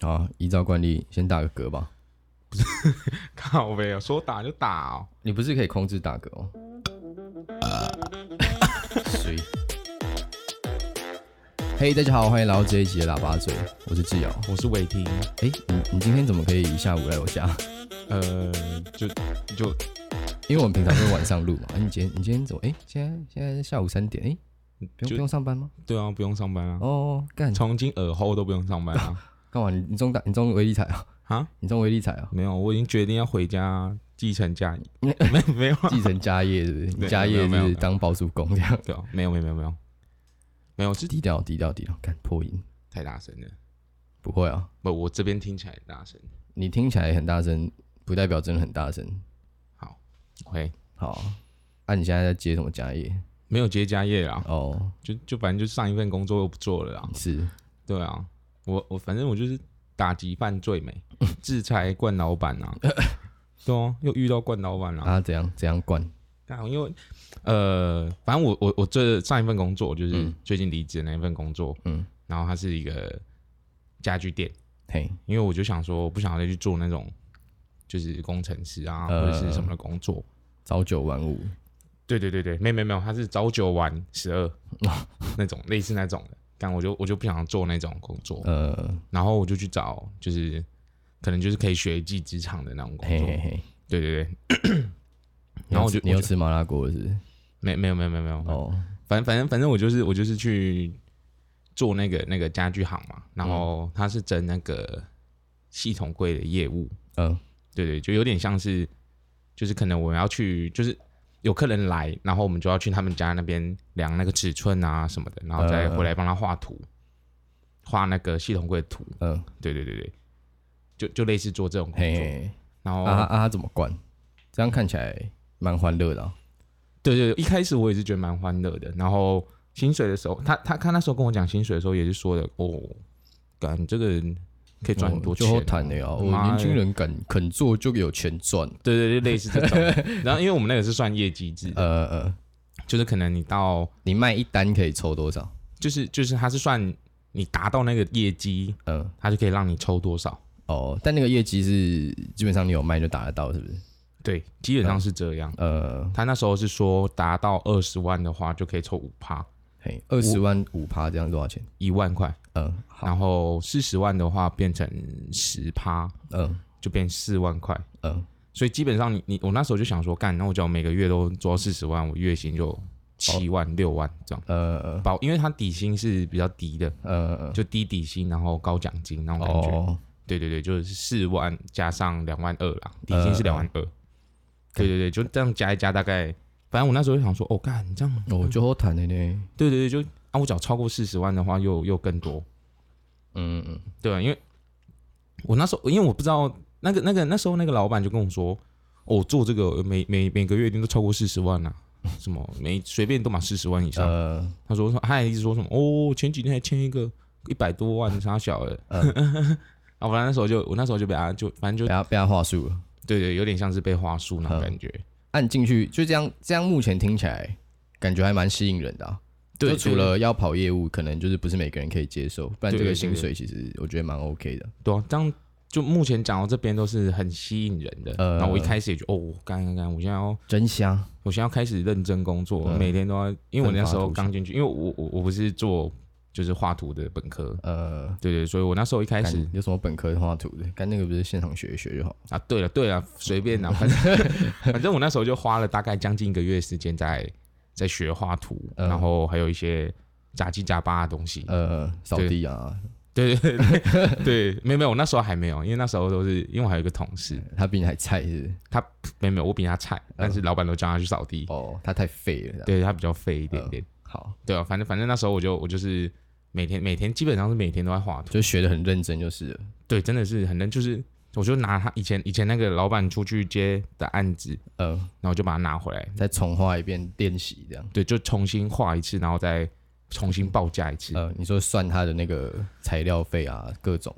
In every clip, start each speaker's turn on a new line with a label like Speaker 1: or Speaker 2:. Speaker 1: 好，依照惯例，先打个嗝吧。
Speaker 2: 靠呗，说打就打哦。
Speaker 1: 你不是可以控制打嗝 哦？谁？嘿，大家好，欢迎来到这一集的喇叭嘴，我是志尧。
Speaker 2: 我是伟霆，
Speaker 1: 哎、你你今天怎么可以一下午来我家？
Speaker 2: 呃，就就
Speaker 1: 因为我们平常都是晚上录嘛。啊你今天你今天怎么？哎、现在现在下午三点，哎、不用不
Speaker 2: 就
Speaker 1: 用上班吗？
Speaker 2: 对啊，不用上班啊，
Speaker 1: 哦，干
Speaker 2: 从今而后都不用上班 啊。
Speaker 1: 干嘛？你你中大你中微利彩啊？
Speaker 2: 啊，
Speaker 1: 你中微利彩 啊？
Speaker 2: 没有，我已经决定要回家继承家， 没有没有啊，
Speaker 1: 继承家业是不是？你
Speaker 2: 对
Speaker 1: 家业
Speaker 2: 没有没
Speaker 1: 就
Speaker 2: 有没
Speaker 1: 是
Speaker 2: 有
Speaker 1: 当包租公这样。
Speaker 2: 对啊，没有没有没有没有，没有，是
Speaker 1: 低调低调低调，干破音
Speaker 2: 太大声了。
Speaker 1: 不会啊？
Speaker 2: 不，我这边听起来很大声。
Speaker 1: 你听起来很大声，不代表真的很大声。
Speaker 2: 好，OK，
Speaker 1: 好啊，啊，你现在在接什么家业？
Speaker 2: 没有接家业啦，
Speaker 1: 哦，
Speaker 2: 就就反正就上一份工作又不做了啦。
Speaker 1: 是
Speaker 2: 对啊，我我反正我就是打击犯罪 没，制裁冠老板 啊。对啊，又遇到冠老板啦、
Speaker 1: 啊，怎样怎样灌？
Speaker 2: 啊，因为呃，反正我我我这上一份工作就是
Speaker 1: 嗯
Speaker 2: 最近离职的那一份工作，
Speaker 1: 嗯，
Speaker 2: 然后它是一个家具店，
Speaker 1: 嘿，
Speaker 2: 因为我就想说，我不想要再去做那种就是工程师啊、
Speaker 1: 呃
Speaker 2: 或者是什么的工作。
Speaker 1: 朝九晚五，
Speaker 2: 对对对对，没有没有没有，它是早九晚十二
Speaker 1: 哦
Speaker 2: 那种类似那种的，但我就我就不想做那种工作，
Speaker 1: 呃，
Speaker 2: 然后我就去找就是可能就是可以学一技之长的那种工
Speaker 1: 嘿
Speaker 2: 作。
Speaker 1: 嘿嘿。
Speaker 2: 对对对，
Speaker 1: 你
Speaker 2: 然
Speaker 1: 要
Speaker 2: 后我就
Speaker 1: 吃
Speaker 2: 嗯
Speaker 1: 你
Speaker 2: 我
Speaker 1: 要
Speaker 2: 就
Speaker 1: 吃麻辣锅是不是？
Speaker 2: 没没有没有没有没有，
Speaker 1: 哦，
Speaker 2: 反正反正反正我就是我就是去做那个那个家具行嘛，然
Speaker 1: 嗯
Speaker 2: 后他是整那个系统柜的业务，
Speaker 1: 嗯，
Speaker 2: 对对，就有点像是就是可能我们要去就是。有客人来，然后我们就要去他们家那边量那个尺寸啊什么的，然后
Speaker 1: 嗯
Speaker 2: 再回来帮他画图，画那个系统柜的图。
Speaker 1: 嗯，
Speaker 2: 对对对对，就就类似做这种工
Speaker 1: 嘿
Speaker 2: 作。
Speaker 1: 嘿，
Speaker 2: 然后，
Speaker 1: 啊啊，啊怎么灌？这样看起来蛮欢乐的啊。
Speaker 2: 对对，对一开始我也是觉得蛮欢乐的。然后薪水的时候，他他他那时候跟我讲薪水的时候，也是说的哦，感这个可以赚很多
Speaker 1: 哦就
Speaker 2: 钱、啊
Speaker 1: 好谈的呀，我
Speaker 2: 妈
Speaker 1: 年轻
Speaker 2: 的，
Speaker 1: 人敢肯做就有钱赚。
Speaker 2: 对对对，类似这种。然后因为我们那个是算业绩制的，
Speaker 1: 呃呃，
Speaker 2: 就是可能你到
Speaker 1: 你卖一单可以抽多少？
Speaker 2: 就是就是它是算你达到那个业绩，
Speaker 1: 嗯，
Speaker 2: 它就可以让你抽多少。
Speaker 1: 哦，但那个业绩是基本上你有卖就打得到，是不是？
Speaker 2: 对，基本上是这样。
Speaker 1: 呃，
Speaker 2: 他那时候是说达到二十万的话就可以抽五趴，
Speaker 1: 嘿，二十万五趴这样多少钱？
Speaker 2: 一万块。
Speaker 1: 嗯，好，
Speaker 2: 然后四十万的话变成十趴，
Speaker 1: 嗯
Speaker 2: 就变四万块。
Speaker 1: 嗯，
Speaker 2: 所以基本上你你我那时候就想说，干，那我只要每个月都做到四十万，我月薪就七万六万这样。
Speaker 1: 呃
Speaker 2: 包，因为它底薪是比较低的，
Speaker 1: 呃，
Speaker 2: 就低底薪，然后高奖金那种感觉。
Speaker 1: 哦，
Speaker 2: 对对对，就是四万加上两万二啦，底薪是
Speaker 1: 呃
Speaker 2: 两万二。对对对，就这样加一加，大概反正我那时候就想说，哦，干，这样，
Speaker 1: 我就好谈的呢。
Speaker 2: 对对对，就啊，我只要超过四十万的话，又又更多。
Speaker 1: 嗯嗯，
Speaker 2: 对啊，因为我那时候因为我不知道那个那个那时候那个老板就跟我说，哦我、做这个每每每个月一定都超过四十万啊，什么每随便都满四十万以上。
Speaker 1: 呃
Speaker 2: 他说说他还一直说什么哦，前几天还签一个一百多万啥小的，啊，
Speaker 1: 嗯
Speaker 2: 我反正那时候就我那时候就被他就反正
Speaker 1: 被
Speaker 2: 就
Speaker 1: 他被他话术了。
Speaker 2: 对对，有点像是被话术那种
Speaker 1: 嗯
Speaker 2: 感觉。
Speaker 1: 按进去就这样，这样目前听起来感觉还蛮吸引人的、啊。
Speaker 2: 对，
Speaker 1: 就除
Speaker 2: 对
Speaker 1: 了要跑业务，可能就是不是每个人可以接受，不然这
Speaker 2: 对对
Speaker 1: 个
Speaker 2: 对
Speaker 1: 薪水其实我觉得蛮 OK 的。
Speaker 2: 对啊，这样就目前讲到这边都是很吸引人的。
Speaker 1: 呃
Speaker 2: 然后我一开始也就哦，干干干，我现在要
Speaker 1: 真香，
Speaker 2: 我现在要开始认真工作，
Speaker 1: 嗯
Speaker 2: 每天都要，因为我那时
Speaker 1: 奋发
Speaker 2: 候
Speaker 1: 图强
Speaker 2: 刚进去，因为我我我不是做就是画图的本科，
Speaker 1: 呃，
Speaker 2: 对对，所以我那时候一开
Speaker 1: 干
Speaker 2: 始
Speaker 1: 有什么本科画图的？干那个不是现场学一学就好。
Speaker 2: 啊，对了对了，随便 啦，反正反正我那时候就花了大概将近一个月时间在在学画图，
Speaker 1: 嗯
Speaker 2: 然后还有一些杂七杂八的东西，
Speaker 1: 呃，扫
Speaker 2: 对
Speaker 1: 地啊，
Speaker 2: 对对对 对，没有没有，我那时候还没有，因为那时候都是因为我还有一个同事，
Speaker 1: 他比你还菜是不是？
Speaker 2: 没有没有，我比他菜，但是老板都叫他去扫地，
Speaker 1: 嗯哦，嗯他太废了。，
Speaker 2: 对他比较废一点点，
Speaker 1: 好，
Speaker 2: 对啊，反正反正那时候我就我就是。每天每天基本上是每天都在画图，
Speaker 1: 就学的很认真就是了。
Speaker 2: 对，真的是很认，就是我就拿他以前以前那个老板出去接的案子，
Speaker 1: 呃，
Speaker 2: 然后就把它拿回来，
Speaker 1: 再重画一遍练习这样。
Speaker 2: 对，就重新画一次，然后再
Speaker 1: 嗯
Speaker 2: 重新报价一次。
Speaker 1: 呃，你说算他的那个材料费啊，各种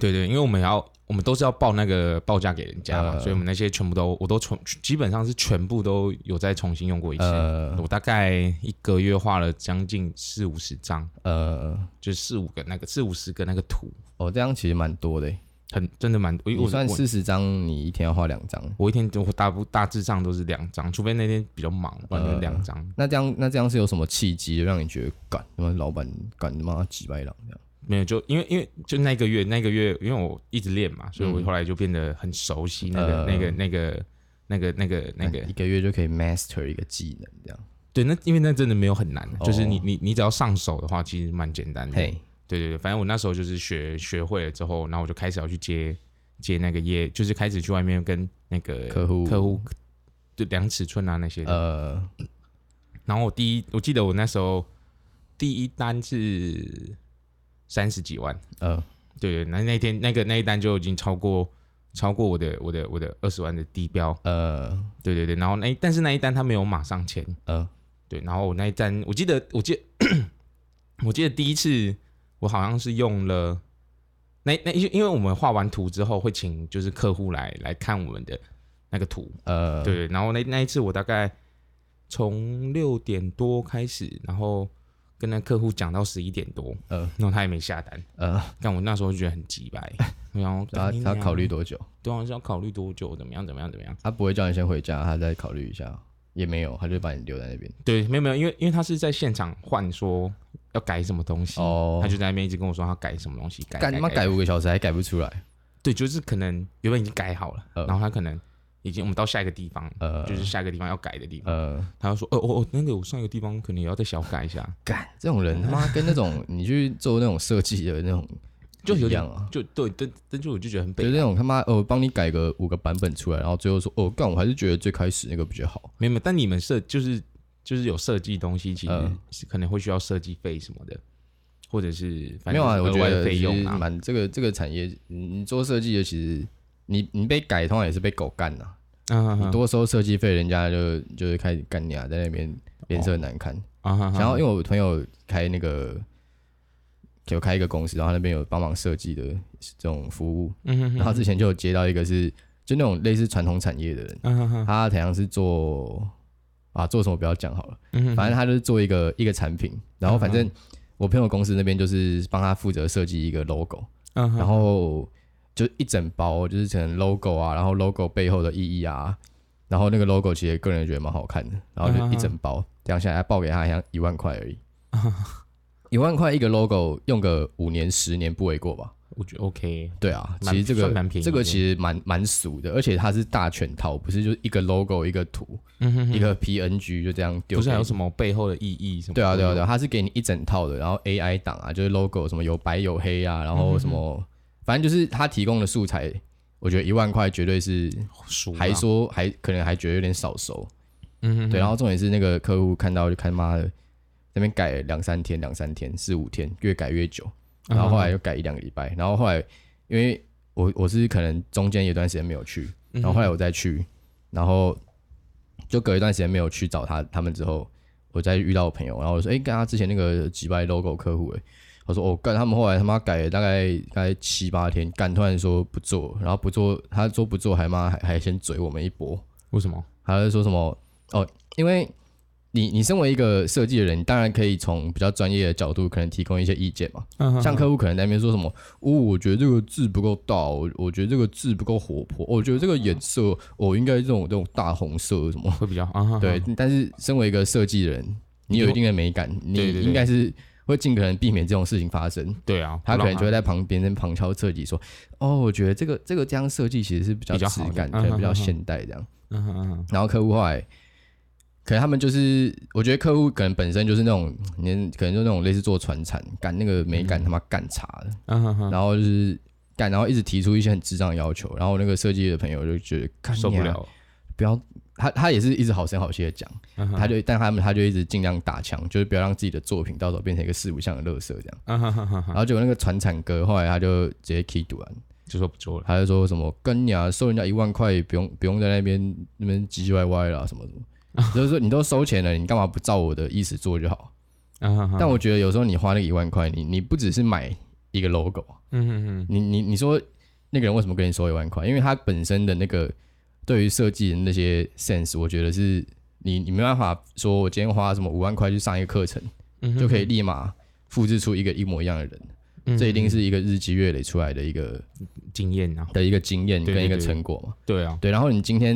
Speaker 2: 对对，因为我们要，我们都是要报那个报价给人家嘛，
Speaker 1: 呃
Speaker 2: 所以我们那些全部都，我都重，基本上是全部都有再重新用过一次。
Speaker 1: 呃
Speaker 2: 我大概一个月画了将近四五十张，
Speaker 1: 呃，
Speaker 2: 就是四五个那个四五十个那个图，
Speaker 1: 哦，这样其实蛮多的欸。
Speaker 2: 很真的蛮，我
Speaker 1: 你
Speaker 2: 我
Speaker 1: 算
Speaker 2: 我
Speaker 1: 四十张，你一天要画两张，
Speaker 2: 我一天我大部大致上都是两张，除非那天比较忙，不然就是两张。
Speaker 1: 那这样那这样是有什么契机让你觉得干他妈老板干他妈几百狼这样？
Speaker 2: 没有，就因为因为就那个月那个月，因为我一直练嘛，所以我后来就变得很熟悉那个、
Speaker 1: 嗯呃哎
Speaker 2: 那个那个那个那个那个
Speaker 1: 一个月就可以 master 一个技能这样？
Speaker 2: 对，那因为那真的没有很难，
Speaker 1: 哦
Speaker 2: 就是你你你只要上手的话，其实蛮简单的。
Speaker 1: 嘿，
Speaker 2: 对对对，反正我那时候就是学学会了之后，然后我就开始要去接接那个业，就是开始去外面跟那个
Speaker 1: 客户
Speaker 2: 客户就量尺寸啊那些的。
Speaker 1: 呃，
Speaker 2: 然后我第一，我记得我那时候第一单是三十几万，
Speaker 1: 呃，
Speaker 2: 对对，那那天那个那一单就已经超过超过我的我的我的二十万的低标，
Speaker 1: 呃，
Speaker 2: 对对对，然后那一但是那一单他没有马上签，
Speaker 1: 呃，
Speaker 2: 对，然后我那一单，我记得，我记得， 我记得第一次我好像是用了那那，因为因为我们画完图之后会请就是客户来来看我们的那个图，
Speaker 1: 呃，
Speaker 2: 对，然后那那一次我大概从六点多开始，然后跟那客户讲到十一点多，
Speaker 1: 呃
Speaker 2: 然后他也没下单，
Speaker 1: 呃，
Speaker 2: 但我那时候就觉得很急白， 然后
Speaker 1: 他他考虑，多久？
Speaker 2: 对啊，是要考虑多久，怎么样，怎么样，怎么样。
Speaker 1: 他不会叫你先回家，他再考虑一下，也没有，他就把你留在那边。
Speaker 2: 对，没有没有，因为因为他是在现场换说要改什么东西，
Speaker 1: 哦
Speaker 2: 他就在那边一直跟我说他改什么东西，改
Speaker 1: 干他妈
Speaker 2: 改
Speaker 1: 改，五个小时还改不出来，
Speaker 2: 对，就是可能原本已经改好了，
Speaker 1: 呃
Speaker 2: 然后他可能已经我们到下一个地方，
Speaker 1: 呃
Speaker 2: 就是下一个地方要改的地方，
Speaker 1: 呃，
Speaker 2: 他就说，哦哦哦，那个我上一个地方可能也要再小改一下，
Speaker 1: 干这种 人他妈跟那种你去做那种设计的那种
Speaker 2: 就有
Speaker 1: 一
Speaker 2: 点
Speaker 1: 样啊，
Speaker 2: 就对，但但就我就觉得很
Speaker 1: 就是
Speaker 2: 北，
Speaker 1: 那种他妈哦，帮你改个五个版本出来，然后最后说哦，干我还是觉得最开始那个比较好。
Speaker 2: 没有没有，但你们设就是就是有设计东西，其实
Speaker 1: 呃
Speaker 2: 是可能会需要设计费什么的，或者是反
Speaker 1: 没有啊，
Speaker 2: 正
Speaker 1: 我
Speaker 2: 额
Speaker 1: 觉
Speaker 2: 外的
Speaker 1: 得
Speaker 2: 费
Speaker 1: 其
Speaker 2: 用
Speaker 1: 实
Speaker 2: 啊，
Speaker 1: 蛮这个这个产业，你你做设计的其实你你被改通常也是被狗干呐、
Speaker 2: 嗯
Speaker 1: 你多收设计费，人家就就是开始干你啊，在那边
Speaker 2: 哦
Speaker 1: 脸色很难看。
Speaker 2: 啊哈哈，
Speaker 1: 然后因为我朋友开那个，有开一个公司，然后他那边有帮忙设计的这种服务，
Speaker 2: 嗯哼
Speaker 1: 然
Speaker 2: 哼
Speaker 1: 后之前就有接到一个是就那种类似传统产业的人，
Speaker 2: 嗯哼哼，
Speaker 1: 他好像是做啊做什么不要讲好了，
Speaker 2: 嗯哼嗯
Speaker 1: 反正他就是做一个一个产品，然后反正我朋友公司那边就是帮他负责设计一个 logo，
Speaker 2: 嗯哼
Speaker 1: 然后就一整包就是可能 logo 啊，然后 logo 背后的意义啊。然后那个 logo 其实个人也觉得蛮好看的，然后就一整包，这样下来报给他好像一万块而 已。一万块一个 logo 用个五年十年不为过吧？
Speaker 2: 我觉得 OK，
Speaker 1: 对啊，
Speaker 2: 蛮
Speaker 1: 其实这
Speaker 2: 算
Speaker 1: 个
Speaker 2: 蛮便宜的
Speaker 1: 这个其实蛮蛮俗的，而且它是大全套，不是就是一个 logo 一个图、
Speaker 2: 嗯哼
Speaker 1: 一个 PNG 就这样丢给
Speaker 2: 不是啊还有
Speaker 1: 你。
Speaker 2: 什么背后的意义什么？
Speaker 1: 对啊，对啊，对啊，它是给你一整套的，然后 AI 档啊，就是 logo 什么有白有黑啊，
Speaker 2: 嗯
Speaker 1: 然后什么，反正就是它提供的素材，我觉得一万块绝对是
Speaker 2: 数啊
Speaker 1: 还说还可能还觉得有点少收。
Speaker 2: 嗯哼，
Speaker 1: 对，然后重点是那个客户看到就看妈的，那边改了两三天、两三天、四五天，越改越久，
Speaker 2: 嗯
Speaker 1: 然后后来又改一两个礼拜，然后后来因为我我是可能中间有段时间没有去，然后后来我再去，然后就隔一段时间没有去找他他们之后，我再遇到我朋友，然后我说，哎、跟他之前那个几百 logo 客户、欸，他说：“哦，干，他们后来他妈改了大概大概七八天，干突然说不做，然后不做，他说不做还妈还还先嘴我们一波，
Speaker 2: 为什么？
Speaker 1: 还是说什么哦，因为你你身为一个设计的人，你当然可以从比较专业的角度，可能提供一些意见嘛。
Speaker 2: 啊嗯
Speaker 1: 像客户可能在那边说什么，哦，我觉得这个字不够大，我我觉得这个字不够活泼，哦我觉得这个颜色，我、哦、应该这种这种大红色什么。
Speaker 2: 会比较啊哈，
Speaker 1: 对，但是身为一个设计的人，你有一定的美感，你
Speaker 2: 嗯对对对
Speaker 1: 应该是会尽可能避免这种事情发生。
Speaker 2: 对啊，
Speaker 1: 他可能就会
Speaker 2: 得
Speaker 1: 在旁边跟旁敲侧击说：“哦，我觉得这个这个这样设计其实是比较
Speaker 2: 比较
Speaker 1: 质
Speaker 2: 好的
Speaker 1: 感，
Speaker 2: 嗯
Speaker 1: 可能比较
Speaker 2: 嗯嗯
Speaker 1: 现代这样。”
Speaker 2: 嗯哼嗯哼
Speaker 1: 然后客户后来，可能他们就是，我觉得客户可能本身就是那种，你可能就那种类似做传产，干那个美感他妈干差的，
Speaker 2: 嗯哼嗯哼
Speaker 1: 然后就是干，然后一直提出一些很智障的要求，然后那个设计的朋友就觉得干
Speaker 2: 受不，
Speaker 1: 你
Speaker 2: 了
Speaker 1: 啊不要他他也是一直好声好气的讲，
Speaker 2: 嗯哼
Speaker 1: 他就但他们他就一直尽量打枪，就是不要让自己的作品到时候变成一个四不像的垃圾这样，
Speaker 2: 嗯哼嗯哼嗯嗯
Speaker 1: 然
Speaker 2: 哼，
Speaker 1: 后结果那个传产哥后来他就直接 key 赌完，
Speaker 2: 就说不做了，
Speaker 1: 他就说什么跟你啊，收人家一万块，也不用不用在那边那边唧唧歪歪啦，什么什 么，就是说你都收钱了，你干嘛不照我的意思做就好？
Speaker 2: 嗯哼嗯哼
Speaker 1: 但我觉得有时候你花那个一万块，你你不只是买一个 logo。
Speaker 2: 嗯哼哼，
Speaker 1: 你你你说那个人为什么跟你收一万块？因为他本身的那个对于设计的那些 sense，我觉得是你你没办法说，我今天花什么五万块去上一个课程，
Speaker 2: 嗯哼
Speaker 1: 就可以立马复制出一个一模一样的人。
Speaker 2: 嗯
Speaker 1: 这一定是一个日积月累出来的一个
Speaker 2: 经验啊，
Speaker 1: 的一个经验
Speaker 2: 对
Speaker 1: 跟一个
Speaker 2: 对对
Speaker 1: 成果嘛。
Speaker 2: 对啊，
Speaker 1: 对，然后你今天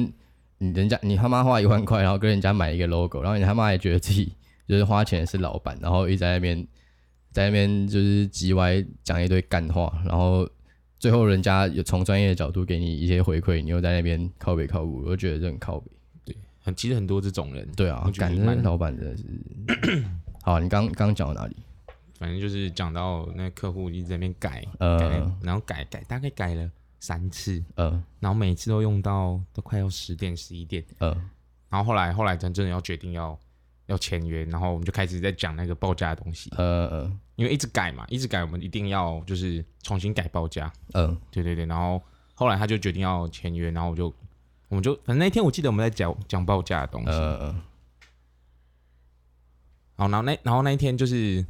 Speaker 1: 你人家你他妈花一万块，然后跟人家买一个 logo，然后你他妈也觉得自己就是花钱是老板，然后一直在那边在那边就是叽歪讲一堆干话，然后最后人家有从专业的角度给你一些回馈，你又在那边靠北靠北，我就觉得这很靠北。
Speaker 2: 很其实很多这种人，
Speaker 1: 对啊
Speaker 2: 我，觉得
Speaker 1: 感觉
Speaker 2: 蛮
Speaker 1: 老板真的是。 好，你刚刚讲到哪里？
Speaker 2: 反正就是讲到那客户一直在那边改，改
Speaker 1: 呃，
Speaker 2: 然后改改，大概改了三次，
Speaker 1: 呃
Speaker 2: 然后每次都用到都快要十点十一点，
Speaker 1: 呃，
Speaker 2: 然后后来后来咱真的要决定要要签约，然后我们就开始在讲那个报价的东西，
Speaker 1: 呃呃
Speaker 2: 因为一直改嘛，一直改，我们一定要就是重新改报价，
Speaker 1: 呃，
Speaker 2: 对对对，然后后来他就决定要签约，然后我就我们就反正那天我记得我们在讲讲报价的东西，
Speaker 1: 呃
Speaker 2: 好，然后那然后那一天就是，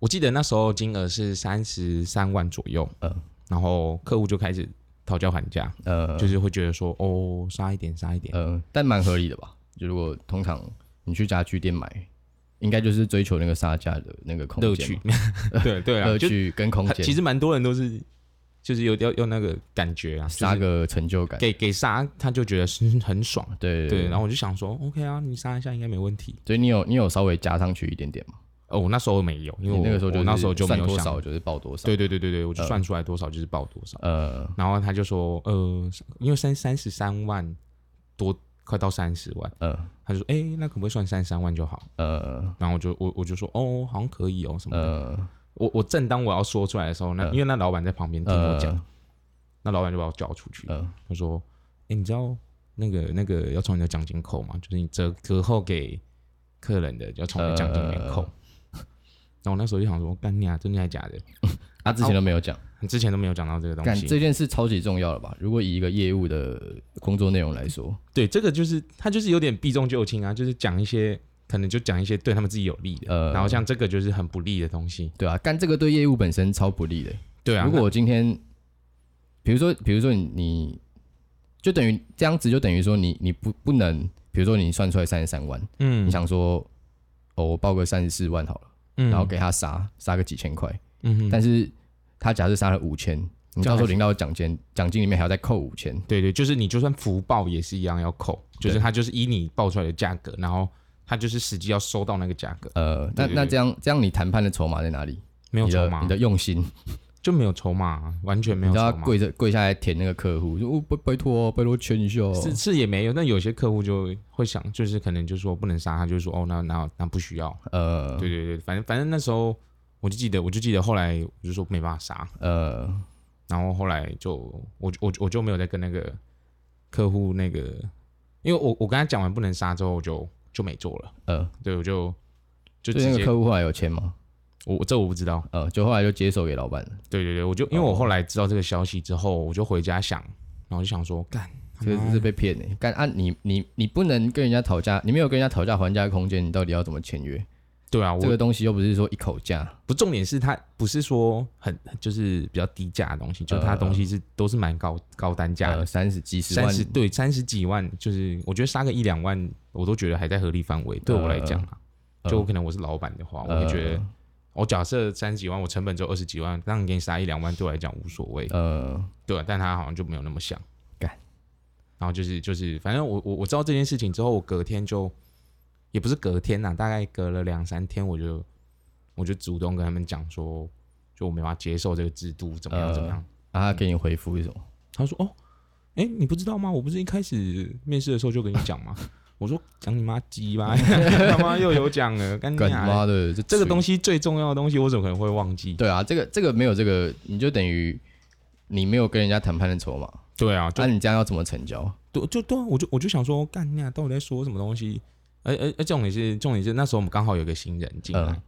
Speaker 2: 我记得那时候金额是三十三万左右，
Speaker 1: 嗯
Speaker 2: 然后客户就开始讨价还价，
Speaker 1: 呃，
Speaker 2: 就是会觉得说，哦，杀一点，杀一点，
Speaker 1: 呃，但蛮合理的吧？就如果通常你去家具店买，应该就是追求那个杀价的那个空
Speaker 2: 乐
Speaker 1: 间
Speaker 2: 趣
Speaker 1: 嘛，
Speaker 2: 对对啊，
Speaker 1: 乐
Speaker 2: 就
Speaker 1: 趣跟空
Speaker 2: 他
Speaker 1: 间，
Speaker 2: 其实蛮多人都是，就是有要用那个感觉啊，
Speaker 1: 杀
Speaker 2: 就是
Speaker 1: 个成就感。
Speaker 2: 给给杀，他就觉得是很爽，
Speaker 1: 对
Speaker 2: 对，然后我就想说，OK 啊，你杀一下应该没问题。
Speaker 1: 所以你有你有稍微加上去一点点嘛？
Speaker 2: 哦，我那时候没有，因为
Speaker 1: 你
Speaker 2: 我
Speaker 1: 那个时候就
Speaker 2: 我
Speaker 1: 是
Speaker 2: 那时候就没
Speaker 1: 算嗯
Speaker 2: 有
Speaker 1: 多
Speaker 2: 想
Speaker 1: 少就是报多少。
Speaker 2: 对对对对对，我就算出来多少就是报多少。
Speaker 1: 呃，
Speaker 2: 然后他就说，呃，因为三三十三万多，快到三十万，
Speaker 1: 呃
Speaker 2: 他就说，哎、那可不可以算三十三万就好？
Speaker 1: 呃
Speaker 2: 然后我就我我就说，哦，好像可以哦，什么的。
Speaker 1: 呃
Speaker 2: 我我正当我要说出来的时候，那、因为那老板在旁边听我讲，
Speaker 1: 呃
Speaker 2: 那老板就把我叫出去，
Speaker 1: 呃，
Speaker 2: 他说，哎、你知道那个那个要从你的奖金扣吗？就是你折折后给客人的要从你的奖金里面
Speaker 1: 呃
Speaker 2: 扣。然后我那时候就想说，干你啊，真的还假的？
Speaker 1: 他之前都没有讲，
Speaker 2: 你之前都没有讲到这啊个东
Speaker 1: 干
Speaker 2: 西。
Speaker 1: 这件事超级重要了吧？如果以一个业务的工作内容来说，
Speaker 2: 对，这个就是他就是有点避重就轻啊，就是讲一些可能就讲一些对他们自己有利的，
Speaker 1: 呃
Speaker 2: 然后像这个就是很不利的东西。
Speaker 1: 对啊，干这个对业务本身超不利的。
Speaker 2: 对啊，
Speaker 1: 如果我今天，比如说，比如说你，你就等于这样子，就等于说你你不不能，比如说你算出来三十三万，
Speaker 2: 那嗯
Speaker 1: 你想说，哦，我报个三十四万好了，
Speaker 2: 嗯
Speaker 1: 然后给他杀杀个几千块，
Speaker 2: 嗯啊哼
Speaker 1: 但是他假设杀了五千，你
Speaker 2: 这
Speaker 1: 到
Speaker 2: 样
Speaker 1: 时候
Speaker 2: 还
Speaker 1: 领到奖金，奖金里面还要再扣五千，
Speaker 2: 对对，就是你就算福报也是一样要扣，就是
Speaker 1: 对
Speaker 2: 他就是以你报出来的价格，然后他就是实际要收到那个价格，
Speaker 1: 呃，
Speaker 2: 对
Speaker 1: 那
Speaker 2: 对
Speaker 1: 那
Speaker 2: 对
Speaker 1: 这样这样你谈判的筹码在哪里？
Speaker 2: 没有
Speaker 1: 你
Speaker 2: 筹
Speaker 1: 的
Speaker 2: 码
Speaker 1: 你的用心，
Speaker 2: 就没有筹码啊，完全没
Speaker 1: 你
Speaker 2: 有
Speaker 1: 知
Speaker 2: 筹
Speaker 1: 道
Speaker 2: 码。
Speaker 1: 跪着跪下来舔那个客户，说哦拜拜托哦拜托圈一下哦，
Speaker 2: 是是也没有，但有些客户就会想，就是可能就说不能杀，他就说哦，那那那不需要。
Speaker 1: 呃
Speaker 2: 对对对，反正反正那时候我就记得，我就记得后来我就说没办法杀，
Speaker 1: 呃
Speaker 2: 然后后来就我我我就没有再跟那个客户那个，因为我我跟他讲完不能杀之后，我就就没做了。
Speaker 1: 呃，
Speaker 2: 对，我就就
Speaker 1: 就
Speaker 2: 直
Speaker 1: 那
Speaker 2: 接
Speaker 1: 个客户后来有钱吗？
Speaker 2: 我我这我不知道。
Speaker 1: 呃，就后来就接手给老板了。
Speaker 2: 对对对，我就因为
Speaker 1: 哦
Speaker 2: 我后来知道这个消息之后，我就回家想，然后我就想说，干，他
Speaker 1: 这
Speaker 2: 妈
Speaker 1: 个是被骗的、干啊你，你你不能跟人家讨价，你没有跟人家讨价还价的空间，你到底要怎么签约？
Speaker 2: 对啊，我
Speaker 1: 这个东西又不是说一口价，
Speaker 2: 不重点是他不是说很就是比较低价的东西，就他的东西是、都是蛮高高单价
Speaker 1: 呃，
Speaker 2: 的，
Speaker 1: 三十几十
Speaker 2: 三
Speaker 1: 万，
Speaker 2: 十对三十几万，就是我觉得杀个一两万，我都觉得还在合理范围。对我来讲啊，
Speaker 1: 呃
Speaker 2: 就可能我是老板的话，我
Speaker 1: 呃
Speaker 2: 会觉得。我假设三十几万，我成本只有二十几万，让你给你杀一两万，对我来讲无所谓。
Speaker 1: 呃，
Speaker 2: 对啊，但他好像就没有那么想。
Speaker 1: 干，
Speaker 2: 然后就是就是，反正我我我知道这件事情之后，我隔天就也不是隔天呐、大概隔了两三天，我就我就主动跟他们讲说，就我没办法接受这个制度，怎么样
Speaker 1: 呃
Speaker 2: 怎么样。
Speaker 1: 啊，他给你回复是什么？
Speaker 2: 他说哦，哎、你不知道吗？我不是一开始面试的时候就跟你讲吗？ 我说讲你妈鸡吧， 他妈又有讲 了，干你
Speaker 1: 干
Speaker 2: 娘
Speaker 1: 妈的，这
Speaker 2: 嗯这个
Speaker 1: 水
Speaker 2: 东西最重要的东西，我怎么可能会忘记？
Speaker 1: 对啊，这个这个没有这个，你就等于你没有跟人家谈判的筹码，
Speaker 2: 对啊，就
Speaker 1: 那、你这样要怎么成交？
Speaker 2: 对，就对啊，我就我就想说，干你啊，到底在说什么东西？而而而重点是，重点是那时候我们刚好有一个新人进来，
Speaker 1: 嗯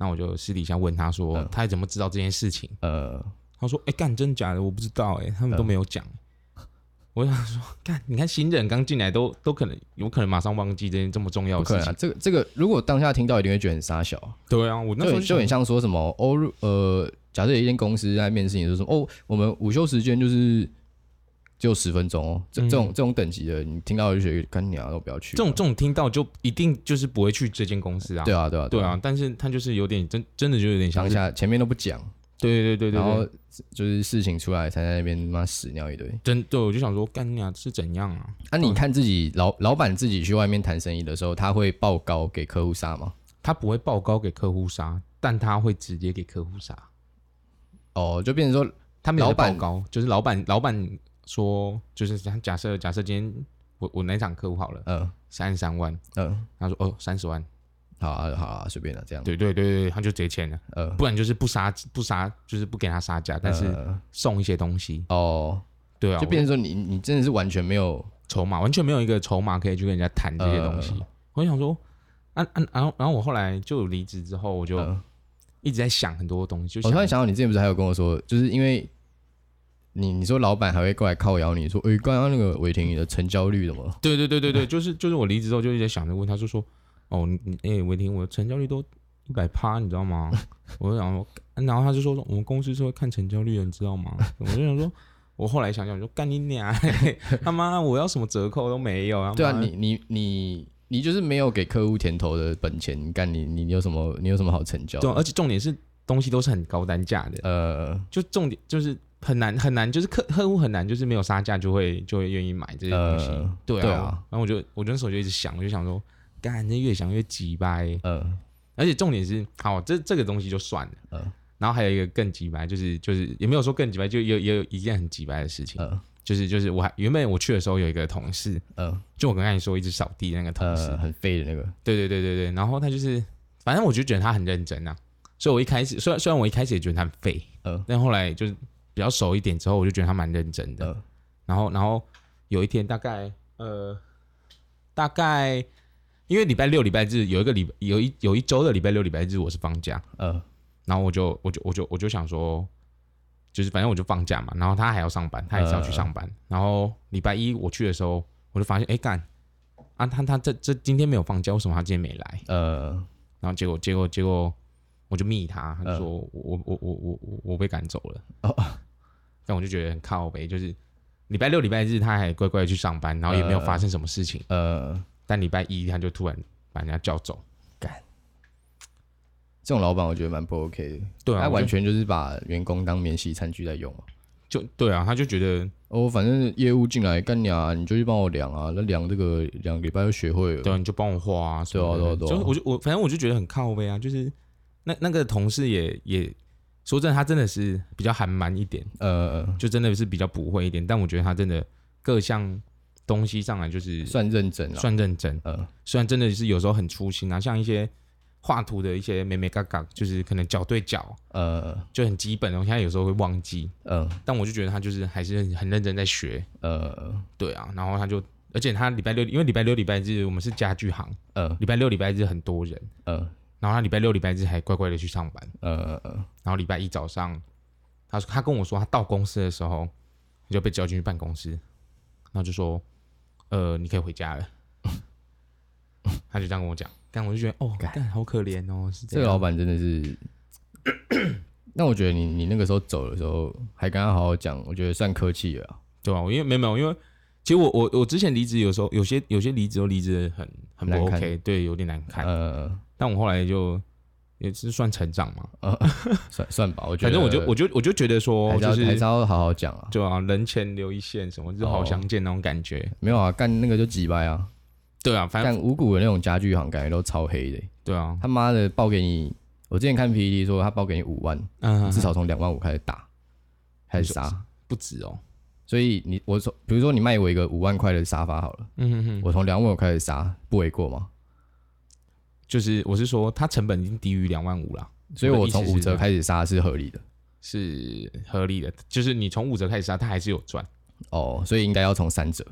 Speaker 2: 那我就私底下问他说，
Speaker 1: 嗯
Speaker 2: 他怎么知道这件事情？
Speaker 1: 呃，
Speaker 2: 他说，哎、干真的假的？我不知道、哎，他们都没有讲。我想说，看，你看新人刚进来都都可能有可能马上忘记这件这么重要
Speaker 1: 不
Speaker 2: 的
Speaker 1: 可
Speaker 2: 事
Speaker 1: 能、啊。。
Speaker 2: 情
Speaker 1: 这个这个，如果当下听到，一定会觉得很傻小啊、
Speaker 2: 对啊，我那时
Speaker 1: 就
Speaker 2: 候
Speaker 1: 很就很
Speaker 2: 想
Speaker 1: 像说什么哦，如呃，假设有一间公司在面试你，就说哦，我们午休时间就是就十分钟哦，这
Speaker 2: 嗯
Speaker 1: 这种、这种等级的，你听到就觉得干娘都不要去啊。
Speaker 2: 这种这种听到就一定就是不会去这间公司啊。
Speaker 1: 对啊对啊
Speaker 2: 对啊，，但是他就是有点真真的就有点像
Speaker 1: 当
Speaker 2: 是，
Speaker 1: 下前面都不讲，
Speaker 2: 对对对对
Speaker 1: 然后
Speaker 2: 对，
Speaker 1: 就是事情出来才在那边妈屎尿一堆。
Speaker 2: 真对我就想说，干你啊是怎样啊？
Speaker 1: 啊，你看自己老老板自己去外面谈生意的时候，他会报告给客户杀吗？
Speaker 2: 他不会报高给客户杀，但他会直接给客户杀。
Speaker 1: 哦，就变成说
Speaker 2: 他没有
Speaker 1: 老
Speaker 2: 在报
Speaker 1: 板
Speaker 2: 高，就是老板老板说，就是假假设假设今天我我那场客户好了
Speaker 1: 嗯
Speaker 2: 三十三万，
Speaker 1: 嗯，
Speaker 2: 他说哦三十万，
Speaker 1: 好啊好啊，随便了、这样。
Speaker 2: 对对对对，他就直接签了，
Speaker 1: 呃，
Speaker 2: 不然就是不杀不杀，就是不给他杀价，但是
Speaker 1: 呃
Speaker 2: 送一些东西，
Speaker 1: 哦，
Speaker 2: 对啊，
Speaker 1: 就变成说你你真的是完全没有
Speaker 2: 我筹码完全没有一个筹码可以去跟人家谈这些东西。
Speaker 1: 呃
Speaker 2: 我想说，啊啊，然后然后我后来就离职之后，我就
Speaker 1: 嗯
Speaker 2: 一直在想很多东西，就
Speaker 1: 我突然
Speaker 2: 想
Speaker 1: 想到，你之前不是还有跟我说，就是因为你你说老板还会过来靠摇你说，哎、刚刚那个伟霆你的成交率怎么了？
Speaker 2: 对对对对 对，就是就是我离职之后就一直在想着问他，就说哦，你你哎，伟、霆，我的成交率都一百趴，你知 道吗？我就想说，啊然后他就说我们公司是会看成交率的，你知道吗？我就想说，我后来想想，我说干你娘、 他妈我要什么折扣都没有，他妈
Speaker 1: 对啊，你你你你就是没有给客户甜头的本钱，你干你你你有什么你有什么好成交的？
Speaker 2: 对，而且重点是东西都是很高单价的，
Speaker 1: 呃
Speaker 2: 就重点就是很难很难，就是客客户很难，就是没有杀价就会就会愿意买这些东西。
Speaker 1: 呃
Speaker 2: 对啊，
Speaker 1: 对啊
Speaker 2: 然后我就我那时候就一直想，我就想说，干，这越想越鸡掰、
Speaker 1: 呃
Speaker 2: 而且重点是，好，这这个东西就算了，
Speaker 1: 嗯
Speaker 2: 然后还有一个更鸡掰，就是就是也没有说更鸡掰，就也也有一件很鸡掰的事情，
Speaker 1: 呃
Speaker 2: 就是就是我还原本我去的时候有一个同事，
Speaker 1: 呃
Speaker 2: 就我刚才你说一直扫地那个同事，
Speaker 1: 呃，很废的那个，
Speaker 2: 对对对对对，然后他就是，反正我就觉得他很认真啊，所以我一开始虽然虽然我一开始也觉得他很废，
Speaker 1: 呃
Speaker 2: 但后来就是比较熟一点之后，我就觉得他蛮认真的。
Speaker 1: 呃
Speaker 2: 然后然后有一天大概呃大概因为礼拜六礼拜日有一个礼有一有一周的礼拜六礼拜日我是放假，
Speaker 1: 呃
Speaker 2: 然后我就我就我就我就想说，就是反正我就放假嘛，然后他还要上班，他也是
Speaker 1: 呃
Speaker 2: 要去上班。然后礼拜一我去的时候，我就发现哎干啊他他这这今天没有放假，为什么他今天没来？
Speaker 1: 呃
Speaker 2: 然后结果结果结果我就密他，他就说我、我我我我我我被赶走了。
Speaker 1: 呃哦
Speaker 2: 但我就觉得很靠北，就是礼拜六、礼拜日他还乖乖地去上班，然后也没有发生什么事情，
Speaker 1: 呃，
Speaker 2: 但礼拜一他就突然把人家叫走。
Speaker 1: 这种老板我觉得蛮不 OK 的，
Speaker 2: 对啊，
Speaker 1: 他
Speaker 2: 我就
Speaker 1: 完全就是把员工当免洗餐具在用啊。
Speaker 2: 就对啊，他就觉得
Speaker 1: 哦，反正业务进来干你啊，你就去帮我量啊，那量这个两个礼拜就学会了。
Speaker 2: 对、啊，你就帮我画啊什么的，
Speaker 1: 对啊对啊对啊
Speaker 2: 就我就我反正我就觉得很靠背啊，就是那那个同事也也说真的，他真的是比较含蛮一点，
Speaker 1: 呃，
Speaker 2: 就真的是比较不会一点，但我觉得他真的各项东西上来就是
Speaker 1: 算认真了。
Speaker 2: 算认真，
Speaker 1: 呃
Speaker 2: 虽然真的是有时候很粗心啊，像一些画图的一些美美嘎嘎，就是可能角对角。
Speaker 1: 呃
Speaker 2: 就很基本的，我现在有时候会忘记，
Speaker 1: 呃
Speaker 2: 但我就觉得他就是还是很很认真在学，
Speaker 1: 呃
Speaker 2: 对啊，然后他就，而且他礼拜六，因为礼拜六礼拜日我们是家具行，
Speaker 1: 呃
Speaker 2: 礼拜六礼拜日很多人，
Speaker 1: 呃
Speaker 2: 然后他礼拜六礼拜日还乖乖的去上班，
Speaker 1: 呃呃，
Speaker 2: 然后礼拜一早上，他他跟我说他到公司的时候，他就被叫进去办公室，然后就说，呃，你可以回家了， 他就这样跟我讲，但我就觉得哦，干好可怜哦，是
Speaker 1: 这
Speaker 2: 这
Speaker 1: 个
Speaker 2: 样，
Speaker 1: 老板真的是。那我觉得你你那个时候走的时候还跟他好好讲，我觉得算客气了啊。
Speaker 2: 对吧、啊？我因为没有没有，因为其实我我我之前离职有时候有些有些离职都离职得很很
Speaker 1: 难
Speaker 2: 不
Speaker 1: 看
Speaker 2: OK，对，有点难看。
Speaker 1: 呃
Speaker 2: 但我后来就也是算成长嘛，
Speaker 1: 呃，算算吧，我觉
Speaker 2: 反
Speaker 1: 得
Speaker 2: 正我就我就我就觉得说
Speaker 1: 还是
Speaker 2: 就
Speaker 1: 要还
Speaker 2: 是
Speaker 1: 是要好好讲啊。
Speaker 2: 对啊，人前留一线什么，就是好相见那种感觉。
Speaker 1: 没有啊，干那个就几掰啊，
Speaker 2: 对啊，反正
Speaker 1: 干五谷的那种家具行感觉都超黑的欸、
Speaker 2: 对啊，
Speaker 1: 他妈的报给你，我之前看 PPT 说他报给你五万，
Speaker 2: 嗯，
Speaker 1: 至少从两万五开始打，开始
Speaker 2: 你说
Speaker 1: 杀。
Speaker 2: 不止哦。
Speaker 1: 所以你我说，比如说你卖我一个五万块的沙发好了，
Speaker 2: 嗯哼哼，
Speaker 1: 我从两万五开始杀，不为过吗？
Speaker 2: 就是我是说，它成本已经低于两万五了，
Speaker 1: 所以我从
Speaker 2: 我的
Speaker 1: 五
Speaker 2: 意思是这
Speaker 1: 折
Speaker 2: 样
Speaker 1: 开始杀是合理的
Speaker 2: 是合理的。就是你从五折开始杀，啊它还是有赚，
Speaker 1: 哦，所以应该要从三折。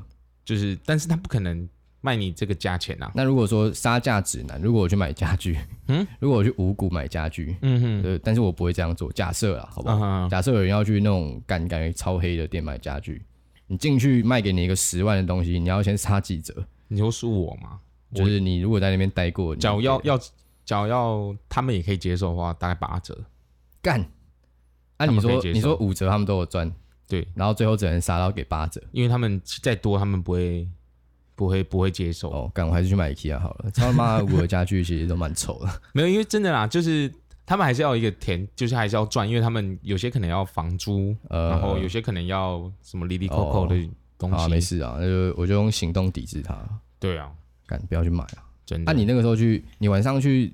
Speaker 2: 就是但是它不可能卖你这个价钱啊。
Speaker 1: 那如果说杀价指南，如果我去买家具，嗯， 如果我去五谷买家具，
Speaker 2: 嗯哼，
Speaker 1: 呃，但是我不会这样做，假设啦，好不好？
Speaker 2: 嗯哼
Speaker 1: 假设有人要去那种干感觉超黑的店买家具，你进去卖给你一个十万的东西，你要先杀几折，
Speaker 2: 你说是我吗？
Speaker 1: 就是你如果在那边待过，你
Speaker 2: 假如要要假如要他们也可以接受的话，大概八折。
Speaker 1: 干，啊，
Speaker 2: 他
Speaker 1: 你
Speaker 2: 们可以
Speaker 1: 说
Speaker 2: 接受
Speaker 1: 你说五折他们都有赚，
Speaker 2: 对，
Speaker 1: 然后最后只能杀到给八折。
Speaker 2: 因为他们再多，他们不会不会不会接受。
Speaker 1: 哦，干，我还是去买 IKEA 好了。他妈的五个家具其实都蛮丑 的。
Speaker 2: 没有，因为真的啦，就是他们还是要有一个田，就是还是要赚，因为他们有些可能要房租，
Speaker 1: 呃
Speaker 2: 然后有些可能要什么里里扣扣的东
Speaker 1: 好啊，
Speaker 2: 西。
Speaker 1: 没事啊，那就我就用行动抵制它。
Speaker 2: 对啊，
Speaker 1: 干，不要去买啊！
Speaker 2: 真
Speaker 1: 那、
Speaker 2: 的。
Speaker 1: 你那个时候去，你晚上去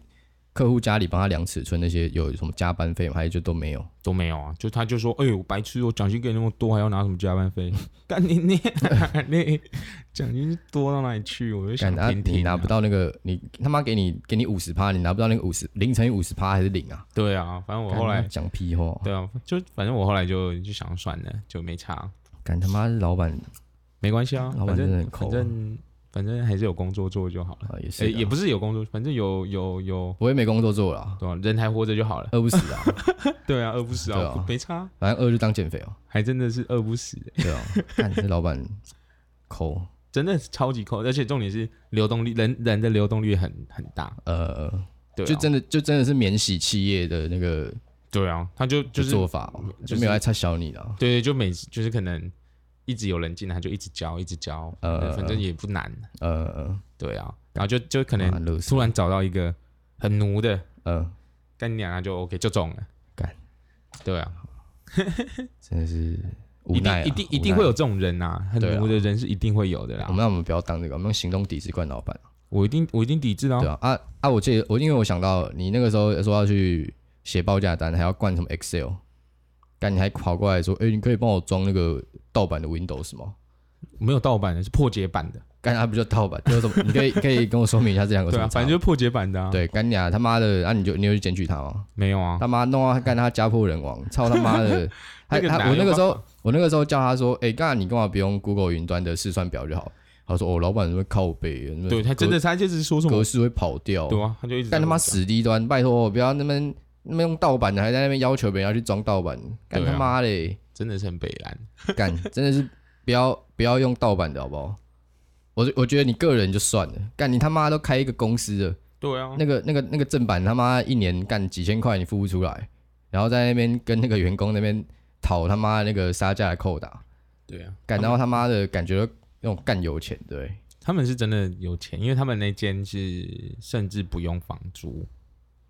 Speaker 1: 客户家里帮他量尺寸那些，有什么加班费吗？还是就都没有？
Speaker 2: 都没有啊，就他就说，哎呦，白痴，我奖金给你那么多，还要拿什么加班费？ 干你你你奖金多到哪里去？我就想
Speaker 1: 干，啊，
Speaker 2: 听听、
Speaker 1: 你拿不，到那个，你他妈给你给你五十趴，你拿不到那个五十零乘以五十趴还是零啊？
Speaker 2: 对啊，反正我
Speaker 1: 干
Speaker 2: 后来，
Speaker 1: 讲屁话，
Speaker 2: 对啊，就反正我后来就就想算了，就没差，
Speaker 1: 干他妈老板
Speaker 2: 没关系啊，
Speaker 1: 老板
Speaker 2: 反
Speaker 1: 真的
Speaker 2: 正
Speaker 1: 很抠啊
Speaker 2: 反正反正还是有工作做就好了，
Speaker 1: 啊也是
Speaker 2: 哎、
Speaker 1: 啊、
Speaker 2: 也不是有工作，反正有有有，
Speaker 1: 我也没工作做了，
Speaker 2: 对、啊，人还活着就好了。
Speaker 1: 饿不死啊，
Speaker 2: 对啊，饿不死
Speaker 1: 对
Speaker 2: 啊，
Speaker 1: 啊
Speaker 2: 没差，
Speaker 1: 反正饿就当减肥哦、
Speaker 2: 还真的是饿不死、
Speaker 1: 对啊， 干这老板抠，
Speaker 2: 真的是超级抠，而且重点是流动率，人人的流动率很很大，
Speaker 1: 呃，
Speaker 2: 对、啊，
Speaker 1: 就真的就真的是免洗企业的那个
Speaker 2: 对啊，他就就是
Speaker 1: 做法、哦，
Speaker 2: 就是
Speaker 1: 就没有来插小你了。
Speaker 2: 对，就每次就是可能一直有人进来，他就一直教，一直教，
Speaker 1: 呃
Speaker 2: 反正也不难，
Speaker 1: 呃
Speaker 2: 对啊，然后就就可
Speaker 1: 呃，
Speaker 2: 能
Speaker 1: 乐
Speaker 2: 突然找到一个很奴的
Speaker 1: 呃，
Speaker 2: 干娘，他就 OK 就中了，
Speaker 1: 干，
Speaker 2: 对啊，
Speaker 1: 真的是无
Speaker 2: 一
Speaker 1: 奈、啊
Speaker 2: 定一定
Speaker 1: 无奈
Speaker 2: 一定会有这种人呐、啊，很
Speaker 1: 对啊
Speaker 2: 奴的人是一定会有的啊啦
Speaker 1: 我，们让我们不要当这个，我们用行动抵制冠老板，啊
Speaker 2: 我一定我一定抵制啊
Speaker 1: 对，啊啊啊！我记得我因为我想到你那个时候说要去写报价单，还要灌什么 Excel，但你还跑过来说，哎、你可以帮我装那个盗版的 Windows 吗？
Speaker 2: 没有盗版的，是破解版的，
Speaker 1: 干他不叫盗版，就是什么？你可以可以跟我说明一下这两个
Speaker 2: 对
Speaker 1: 什
Speaker 2: 啊，
Speaker 1: 么差
Speaker 2: 反
Speaker 1: 吗？
Speaker 2: 正就是破解版的啊，，
Speaker 1: 对干你啊他妈的，啊你就你就去检举他吗？
Speaker 2: 没有啊，
Speaker 1: 他妈弄到他干他家破人 亡，操他妈的！他
Speaker 2: 那个哪
Speaker 1: 他我
Speaker 2: 有
Speaker 1: 那个时候
Speaker 2: 办法
Speaker 1: 我那个时候叫他说，哎、干你干嘛不用 Google 云端的试算表就好？他说，哦，老板会靠背，那
Speaker 2: 对他真的他就是说什
Speaker 1: 格
Speaker 2: 么
Speaker 1: 格，式会跑掉，
Speaker 2: 对啊，他就一直
Speaker 1: 干他妈
Speaker 2: 这样
Speaker 1: 死低端，拜托不要那边那边用盗版的，还在那边要求别人要去装盗版，干
Speaker 2: 对啊啊
Speaker 1: 他妈嘞，
Speaker 2: 讲，真的是很北蓝，
Speaker 1: 干 真的是不要不要用盗版的好不好？我我觉得你个人就算了，干你他妈都开一个公司了。
Speaker 2: 对啊，
Speaker 1: 那个那个那个正版他妈一年干几千块你付不出来，然后在那边跟那个员工那边讨他妈那个杀价的扣打，
Speaker 2: 对啊，
Speaker 1: 干然后他妈的感觉到那种干有钱对，
Speaker 2: 他们是真的有钱，因为他们那间是甚至不用房租，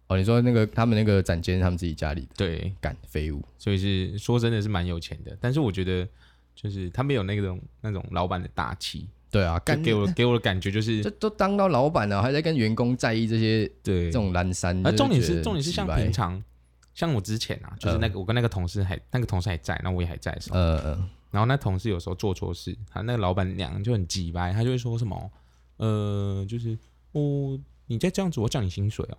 Speaker 1: 哦你说那个他们那个展间他们自己家里
Speaker 2: 对，
Speaker 1: 干废物，
Speaker 2: 所以是说真的是蛮有钱的。但是我觉得就是他们有那种那种老板的大气，
Speaker 1: 对啊
Speaker 2: 就
Speaker 1: 干
Speaker 2: 给我给我的感觉就是
Speaker 1: 这都当到老板了还在跟员工在意这些
Speaker 2: 对
Speaker 1: 这。种蓝山，
Speaker 2: 而重点
Speaker 1: 就是嗯觉得
Speaker 2: 重点是像
Speaker 1: 很奇
Speaker 2: 平
Speaker 1: 怪
Speaker 2: 常，像我之前啊，就是那个、我跟那个同事还那个同事还在，然后我也还在的时候，
Speaker 1: 呃呃
Speaker 2: 然后那同事有时候做错事，他那个老板娘就很急掰，他就会说什么呃，就是哦，你再这样子，我降你 薪水哦。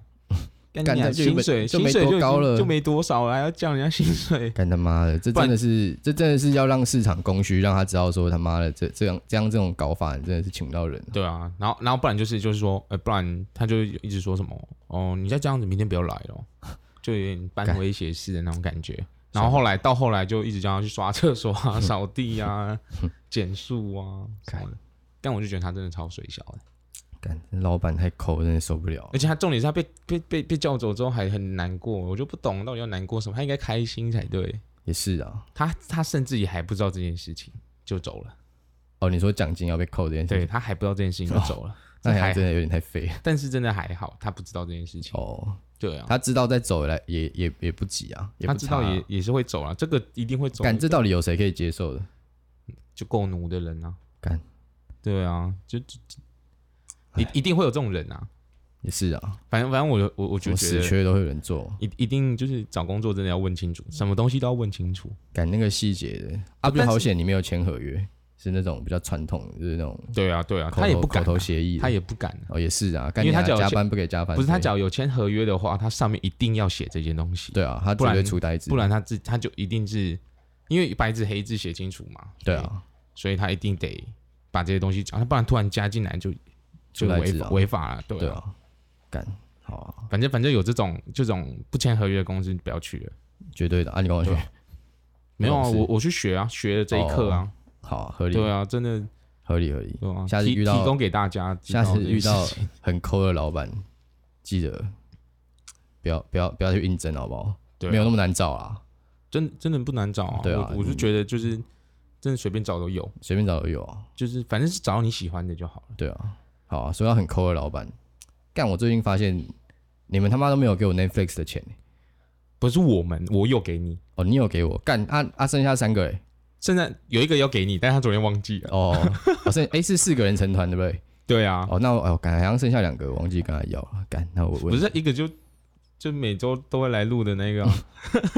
Speaker 2: 干
Speaker 1: 干
Speaker 2: 你啊
Speaker 1: 这就
Speaker 2: 薪
Speaker 1: 没
Speaker 2: 水
Speaker 1: 就
Speaker 2: 薪
Speaker 1: 没
Speaker 2: 水
Speaker 1: 多
Speaker 2: 就已
Speaker 1: 高
Speaker 2: 经
Speaker 1: 了
Speaker 2: 就没多少了，还要降人家薪 水。
Speaker 1: 干他妈的，这
Speaker 2: 不然
Speaker 1: 真的是这真的是要让市场供需，让他知道说他妈的这这样这样这种搞法你真的是请不到人了，
Speaker 2: 对啊，然后然后不然就是就是说，呃，不然他就一直说什么哦，你再这样子，明天不要来了，就有点半
Speaker 1: 干
Speaker 2: 威胁式的那种感 觉。然后后来到后来就一直叫他去刷厕所啊、扫地啊、减速啊什么的。但我就觉得他真的超水小的，
Speaker 1: 干老板太抠，真的受不了。
Speaker 2: 而且他重点是他被被被被叫走之后还很难过，我就不懂到底要难过什么，他应该开心才对。
Speaker 1: 也是啊，
Speaker 2: 他他甚至也还不知道这件事情就走了，
Speaker 1: 哦，你说奖金要被扣这件事，
Speaker 2: 对，他还不知道这件事情就
Speaker 1: 哦
Speaker 2: 走了，这
Speaker 1: 那好
Speaker 2: 还
Speaker 1: 像真的有点太 废了
Speaker 2: 但是真的还好，他不知道这件事情，
Speaker 1: 哦。
Speaker 2: 对啊，
Speaker 1: 他知道再走来也也也不急啊，也
Speaker 2: 他
Speaker 1: 不
Speaker 2: 知
Speaker 1: 差
Speaker 2: 道
Speaker 1: 啊
Speaker 2: 也也是会走啊，这个一定会走，
Speaker 1: 干，这到底有谁可以接受的？
Speaker 2: 就够奴的人啊，
Speaker 1: 干，
Speaker 2: 对啊，就就就一一定会有这种人啊，
Speaker 1: 也是啊，
Speaker 2: 反正反正我有我我
Speaker 1: 什
Speaker 2: 就
Speaker 1: 么
Speaker 2: 觉
Speaker 1: 死
Speaker 2: 得
Speaker 1: 缺都会有人做，
Speaker 2: 一一定就是找工作真的要问清楚，什么东西都要问清楚，
Speaker 1: 干那个细节的啊，不是
Speaker 2: 但是
Speaker 1: 好险你没有签合约，是那种比较传统，就是那种
Speaker 2: 对啊对啊，
Speaker 1: 口
Speaker 2: 他也
Speaker 1: 头
Speaker 2: 不敢
Speaker 1: 口
Speaker 2: 啊，
Speaker 1: 头协议的，
Speaker 2: 他也不敢啊，
Speaker 1: 哦也是啊，干
Speaker 2: 因为他
Speaker 1: 你
Speaker 2: 只要
Speaker 1: 啊
Speaker 2: 有
Speaker 1: 加
Speaker 2: 签
Speaker 1: 班不给加班费，
Speaker 2: 不是他只要有签合约的话，他上面一定要写这件东西，
Speaker 1: 对啊，他
Speaker 2: 不
Speaker 1: 绝
Speaker 2: 然
Speaker 1: 对出呆子，
Speaker 2: 不然他自他就一定是因为白纸黑字写清楚嘛，
Speaker 1: 对，啊，
Speaker 2: 所以他一定得把这些东西讲，他不然突然加进来就就
Speaker 1: 出呆
Speaker 2: 违
Speaker 1: 子
Speaker 2: 法
Speaker 1: 啊，
Speaker 2: 违法了，对
Speaker 1: 对
Speaker 2: 啊
Speaker 1: 啊，干好啊，
Speaker 2: 反正反正有这种这种不签合约的公司不要去了。
Speaker 1: 绝对的啊，你跟我去
Speaker 2: 对啊没有啊，
Speaker 1: 公司
Speaker 2: 我我去学啊，学了这一课啊，
Speaker 1: 好啊，合理，
Speaker 2: 对啊，真的
Speaker 1: 合理合理。
Speaker 2: 对啊，
Speaker 1: 下次
Speaker 2: 提
Speaker 1: 遇到
Speaker 2: 提供给大家知道
Speaker 1: 下
Speaker 2: 这件
Speaker 1: 次
Speaker 2: 事情，
Speaker 1: 遇到很抠的老板，记得不要不要不要去应征，好不好？
Speaker 2: 对啊
Speaker 1: 没有那么难找啊，
Speaker 2: 真真的不难找啊，
Speaker 1: 对啊
Speaker 2: 我我是
Speaker 1: 嗯
Speaker 2: 觉得就是真的随便找都有，
Speaker 1: 随便找都有啊。
Speaker 2: 就是反正是找你喜欢的就好了。
Speaker 1: 对啊，好啊，说到很抠的老板，干！我最近发现你们他妈都没有给我 Netflix 的钱
Speaker 2: 不是我们，我有给你，
Speaker 1: 哦，你有给我干啊啊，剩下三个哎，
Speaker 2: 现在有一个要给你，但他昨天忘记了。
Speaker 1: 哦，我剩哎是四个人成团对不对？
Speaker 2: 对啊，
Speaker 1: 哦，那我哦，感好像剩下两个，我忘记跟他要了，干，那我
Speaker 2: 不
Speaker 1: 问，
Speaker 2: 是一个就就每周都会来录的那个啊，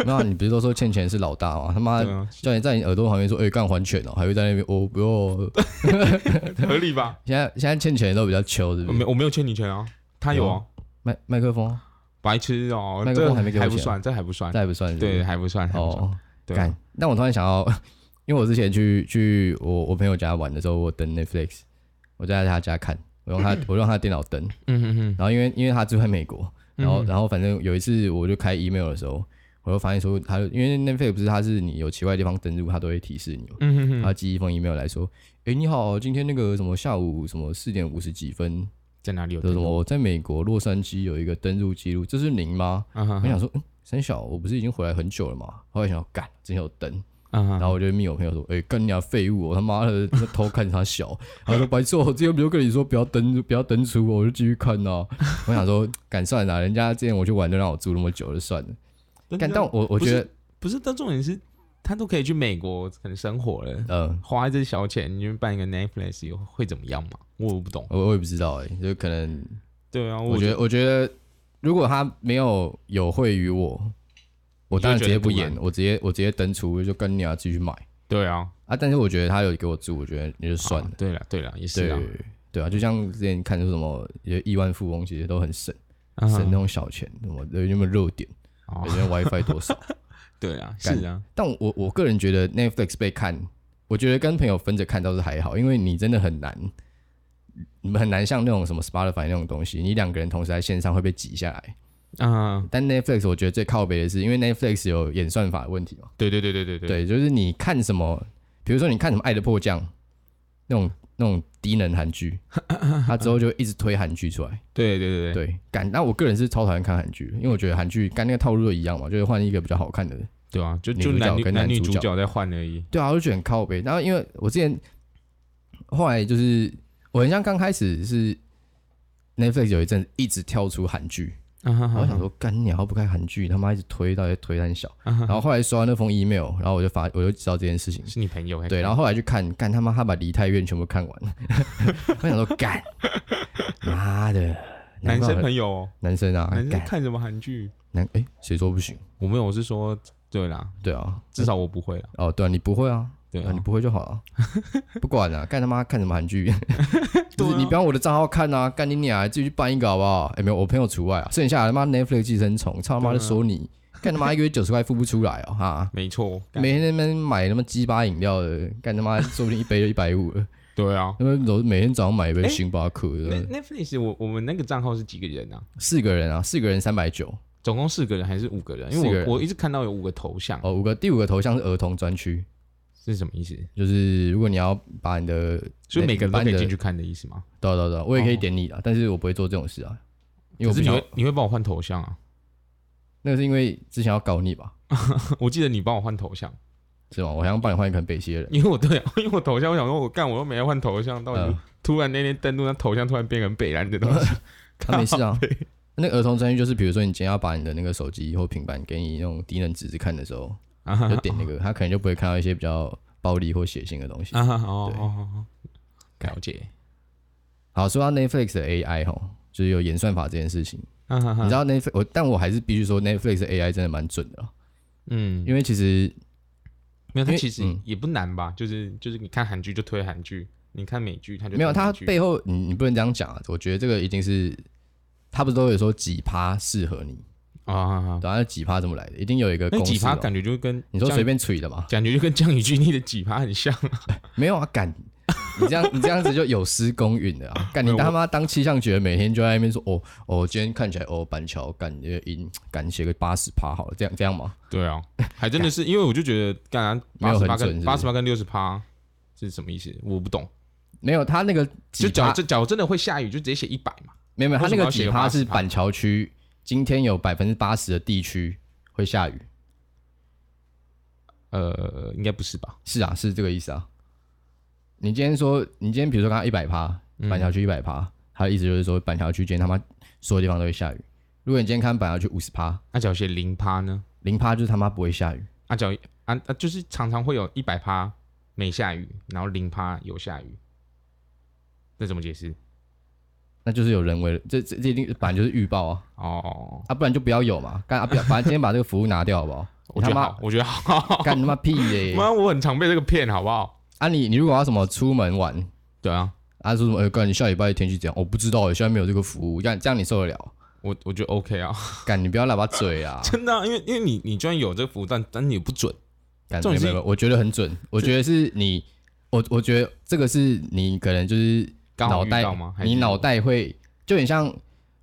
Speaker 1: 那你不是都说欠钱是老大吗？他妈
Speaker 2: 对啊，
Speaker 1: 叫你在你耳朵旁边说，哎，干还钱哦，还会在那边，我不用。
Speaker 2: 合理吧？
Speaker 1: 现在现在欠钱的都比较穷，是
Speaker 2: 我
Speaker 1: 不
Speaker 2: 没
Speaker 1: 是？
Speaker 2: 我没有欠你钱啊，他有啊，
Speaker 1: 麦麦克风啊
Speaker 2: 白痴哦，
Speaker 1: 麦克
Speaker 2: 这
Speaker 1: 风还没给我
Speaker 2: 还不
Speaker 1: 钱啊
Speaker 2: 算，这还不算
Speaker 1: 这，还不算是不是
Speaker 2: 对，还不算，还不算，
Speaker 1: 哦，
Speaker 2: 对啊
Speaker 1: 干。但我突然想到，因为我之前去去我我朋友家玩的时候，我登 Netflix，我在他家看，我用他 我用他的电脑登，
Speaker 2: 嗯嗯嗯，
Speaker 1: 然后因为因为他住在美国，然后
Speaker 2: 嗯
Speaker 1: 然后反正有一次我就开 email 的时候，我就发现说他因为 Netflix 不是他是你有奇怪的地方登入，他都会提示你嘛，
Speaker 2: 嗯嗯嗯，
Speaker 1: 他寄一封 email 来说，诶，你好，今天那个什么下午什么四点五十几分，
Speaker 2: 在哪里有
Speaker 1: 说
Speaker 2: 这
Speaker 1: 什么我在美国洛杉矶有一个登入记录，这是您吗？
Speaker 2: 啊哈
Speaker 1: 我想说，嗯，三小，我不是已经回来很久了嘛？后来想要干，之前有登，
Speaker 2: 啊哈
Speaker 1: 然后我就密我朋友说，哎、干你娘废物、哦，我他妈的 在偷看他小，他说白痴，哦我之前不就跟你说不要登，不要登出，我就继续看 呐、我想说，敢算啦，人家之前我去玩就让我住那么久就算了。干，但我我
Speaker 2: 不是
Speaker 1: 觉得，
Speaker 2: 不是，但重点是他都可以去美国可能生活了，
Speaker 1: 嗯，
Speaker 2: 花这小钱，你就办一个 Netflix 有会怎么样嘛？我不懂。
Speaker 1: 我我也不知道哎、就可能，
Speaker 2: 对啊，
Speaker 1: 我
Speaker 2: 我
Speaker 1: 觉
Speaker 2: 得
Speaker 1: 得，我觉得如果他没有有惠于我，我当然
Speaker 2: 就
Speaker 1: 直
Speaker 2: 觉
Speaker 1: 接
Speaker 2: 得
Speaker 1: 不
Speaker 2: 不
Speaker 1: 演，
Speaker 2: 满
Speaker 1: 我直接我直接登出，就跟你要继续买
Speaker 2: 对啊，
Speaker 1: 啊。但是我觉得他有给我住，我觉得也就算了
Speaker 2: 啊。对了对了，也是
Speaker 1: 对
Speaker 2: 啊，
Speaker 1: 对啊，就像之前看出什么有亿万富翁，其实都很省、
Speaker 2: 啊
Speaker 1: 省那种小钱，什么有没有热点，
Speaker 2: 哦
Speaker 1: 有 没有 WiFi 多少。
Speaker 2: 对啊，
Speaker 1: 干
Speaker 2: 是啊，
Speaker 1: 但我我个人觉得 Netflix 被看，我觉得跟朋友分着看倒是还好，因为你真的很难，很难像那种什么 Spotify 那种东西，你两个人同时在线上会被挤下来。
Speaker 2: 啊，
Speaker 1: 但 Netflix 我觉得最靠北的是，因为 Netflix 有演算法的问题嘛，
Speaker 2: 对对对对对对，
Speaker 1: 对，就是你看什么，比如说你看什么《爱的迫降》那种那种低能韩剧，它之后就一直推韩剧出来。
Speaker 2: 对对对对
Speaker 1: 对，感那我个人是超讨厌看韩剧的，因为我觉得韩剧干那个套路都一样嘛，就是换一个比较好看的。
Speaker 2: 对啊，就
Speaker 1: 女
Speaker 2: 就
Speaker 1: 主角
Speaker 2: 男女
Speaker 1: 跟
Speaker 2: 男
Speaker 1: 男
Speaker 2: 女
Speaker 1: 主
Speaker 2: 主
Speaker 1: 角
Speaker 2: 角在换而已。
Speaker 1: 对啊，我就觉得很靠背。然后因为我之前后来就是我很像刚开始是 Netflix 有一阵一直跳出韩剧，
Speaker 2: 啊哈
Speaker 1: 然后
Speaker 2: 哈
Speaker 1: 我想说干你好不开韩剧，他妈一直推到底在推很小。
Speaker 2: 嗯啊
Speaker 1: 然后后来收到那封 email，然后我就发我就知道这件事情。
Speaker 2: 是你朋友
Speaker 1: 对，然
Speaker 2: 后
Speaker 1: 后后来去看，干他妈他把《梨泰院》全部看完了， 我想说干，妈的，难
Speaker 2: 男
Speaker 1: 怪
Speaker 2: 生
Speaker 1: 我
Speaker 2: 朋友哦，
Speaker 1: 男生啊，
Speaker 2: 男生
Speaker 1: 干
Speaker 2: 看什么韩剧？
Speaker 1: 男哎谁说不行？
Speaker 2: 我没有，我是说，对啦，
Speaker 1: 对啊，
Speaker 2: 至少我不会啦。
Speaker 1: 哦，对啊，你不会啊，
Speaker 2: 对
Speaker 1: 啊
Speaker 2: 啊
Speaker 1: 你，不会就好了， 不管了、干他妈看什么韩剧，
Speaker 2: 啊
Speaker 1: 就
Speaker 2: 对
Speaker 1: 是
Speaker 2: 啊
Speaker 1: 你不要我的账号看啊，干你俩自己去办一个好不好？哎、没有，我朋友除外啊，剩下的他妈 Netflix 寄生虫，操他妈的
Speaker 2: 对啊
Speaker 1: 说你，干他妈一个月九十块付不出来哦，哈，
Speaker 2: 没错，干
Speaker 1: 每天在那边买他妈鸡巴饮料的，干他妈说不定一杯就一百五了，
Speaker 2: 对啊。
Speaker 1: 他们都每天早上买一杯
Speaker 2: 哎
Speaker 1: 星巴克，
Speaker 2: 那 Netflix 我我们那个账号是几个人啊？
Speaker 1: 四个人啊，四个人三百九，
Speaker 2: 总共四个人还是五个人？因
Speaker 1: 四个
Speaker 2: 为
Speaker 1: 人
Speaker 2: 我我一直看到有五个头像，
Speaker 1: 哦，五个第五个头像是儿童专区，
Speaker 2: 是什么意思？
Speaker 1: 就是如果你要把你的，
Speaker 2: 所以每个人
Speaker 1: 把
Speaker 2: 都可
Speaker 1: 你
Speaker 2: 以
Speaker 1: 的
Speaker 2: 进去看的意思吗？
Speaker 1: 对啊对啊对啊，我也可以
Speaker 2: 哦
Speaker 1: 点你啊，但是我不会做这种事啊，因为
Speaker 2: 可
Speaker 1: 我不
Speaker 2: 是你
Speaker 1: 想要
Speaker 2: 会你会帮我换头像啊？
Speaker 1: 那个是因为之前要搞你吧？
Speaker 2: 我记得你帮我换头像，
Speaker 1: 是吗？我想帮你换一个很北西的 人。
Speaker 2: 因为我对啊，因为我头像，我想说我干，我又没换头像，到底
Speaker 1: 嗯
Speaker 2: 就突然那天登录，那头像突然变成北蓝的东 西，
Speaker 1: 他、没事啊。那个儿童专区就是，比如说你今天要把你的那个手机或平板给你用低能纸质看的时候，
Speaker 2: 啊哈
Speaker 1: 就点那个，他可能就不会看到一些比较暴力或血腥的东西。
Speaker 2: 啊哈哦
Speaker 1: 对
Speaker 2: 哦哦，哦了解，
Speaker 1: 好，说到 Netflix 的 AI 吼，就是有演算法这件事情，
Speaker 2: 啊哈
Speaker 1: 你
Speaker 2: 哈
Speaker 1: 知，道 Netflix，我但我还是必须说 Netflix 的 AI 真的蛮准的啊，
Speaker 2: 嗯，
Speaker 1: 因为其实
Speaker 2: 没有，
Speaker 1: 因
Speaker 2: 它
Speaker 1: 为
Speaker 2: 其实
Speaker 1: 嗯
Speaker 2: 也不难吧，就是就是你看韩剧就推韩剧，你看美剧它就
Speaker 1: 没有
Speaker 2: 推美
Speaker 1: 它
Speaker 2: 剧
Speaker 1: 背后，你你不能这样讲啊，我觉得这个一定是。他不是都有说几趴适合你，
Speaker 2: 啊啊，啊
Speaker 1: 然后几趴怎么来的？一定有一个
Speaker 2: 那
Speaker 1: 公式
Speaker 2: 几趴
Speaker 1: 嘛。
Speaker 2: 感觉就跟
Speaker 1: 你说
Speaker 2: 降
Speaker 1: 随便吹的嘛？
Speaker 2: 感觉就跟降雨距 离的几趴很像啊，
Speaker 1: 没有啊，干！你这样你这样子就有失公允的 啊！干
Speaker 2: 没
Speaker 1: 你
Speaker 2: 有
Speaker 1: 他妈当气象局，每天就在那边说哦哦，今天看起来哦板桥干呃赢敢写个八十趴好了，这样这样吗？
Speaker 2: 对啊，还真的是，因为我就觉得，干
Speaker 1: 没
Speaker 2: 八
Speaker 1: 有
Speaker 2: 十
Speaker 1: 很
Speaker 2: 八
Speaker 1: 准是
Speaker 2: 跟
Speaker 1: 不是
Speaker 2: 八十八跟六十趴，是什么意思？我不懂。
Speaker 1: 没有，他那个
Speaker 2: 就
Speaker 1: 几
Speaker 2: 假
Speaker 1: 趴
Speaker 2: 如这假如真的会下雨，就直接写一百嘛。
Speaker 1: 没有没有，他
Speaker 2: 为什
Speaker 1: 那个
Speaker 2: 么要写
Speaker 1: 几
Speaker 2: 个
Speaker 1: 趴
Speaker 2: 80%
Speaker 1: 是板桥区，今天有百分之八十的地区会下雨。
Speaker 2: 呃，应该不是吧？
Speaker 1: 是啊，是这个意思啊。你今天说，你今天比如说刚刚一百趴，
Speaker 2: 嗯
Speaker 1: 板桥区一百趴，他的意思就是说板桥区今天他妈所有地方都会下雨。如果你今天看板桥区五十趴，
Speaker 2: 那假如写零趴呢？
Speaker 1: 零趴就是他妈不会下雨。
Speaker 2: 啊，假如啊啊，就是常常会有一百趴没下雨，然后零趴有下雨，那怎么解释？
Speaker 1: 那就是有人为的，这这这一定本来就是预报啊，
Speaker 2: 哦，
Speaker 1: 啊，不然就不要有嘛，干啊，不要，反正今天把这个服务拿掉好不好？
Speaker 2: 我觉
Speaker 1: 你
Speaker 2: 得
Speaker 1: 他
Speaker 2: 好
Speaker 1: 妈，
Speaker 2: 我觉得好。
Speaker 1: 干你他妈屁嘞、
Speaker 2: 妈，我很常被这个骗，好不好？
Speaker 1: 啊你，你如果要什么出门玩，
Speaker 2: 对啊，
Speaker 1: 啊说什么，呃，干你下礼拜天气怎样？我、不知道、欸，现在没有这个服务，干这样你受得了？
Speaker 2: 我我觉得 OK 啊，！
Speaker 1: 干你不要喇叭嘴啊
Speaker 2: 真的啊、因为因为你你居然有这个服务，但但你也不准。
Speaker 1: 感
Speaker 2: 重
Speaker 1: 觉
Speaker 2: 点是
Speaker 1: 没有，我觉得很准，我觉得是你，我我觉得这个是你可能就是
Speaker 2: 刚好
Speaker 1: 脑
Speaker 2: 遇
Speaker 1: 袋
Speaker 2: 到吗还是
Speaker 1: 你脑袋会就很像，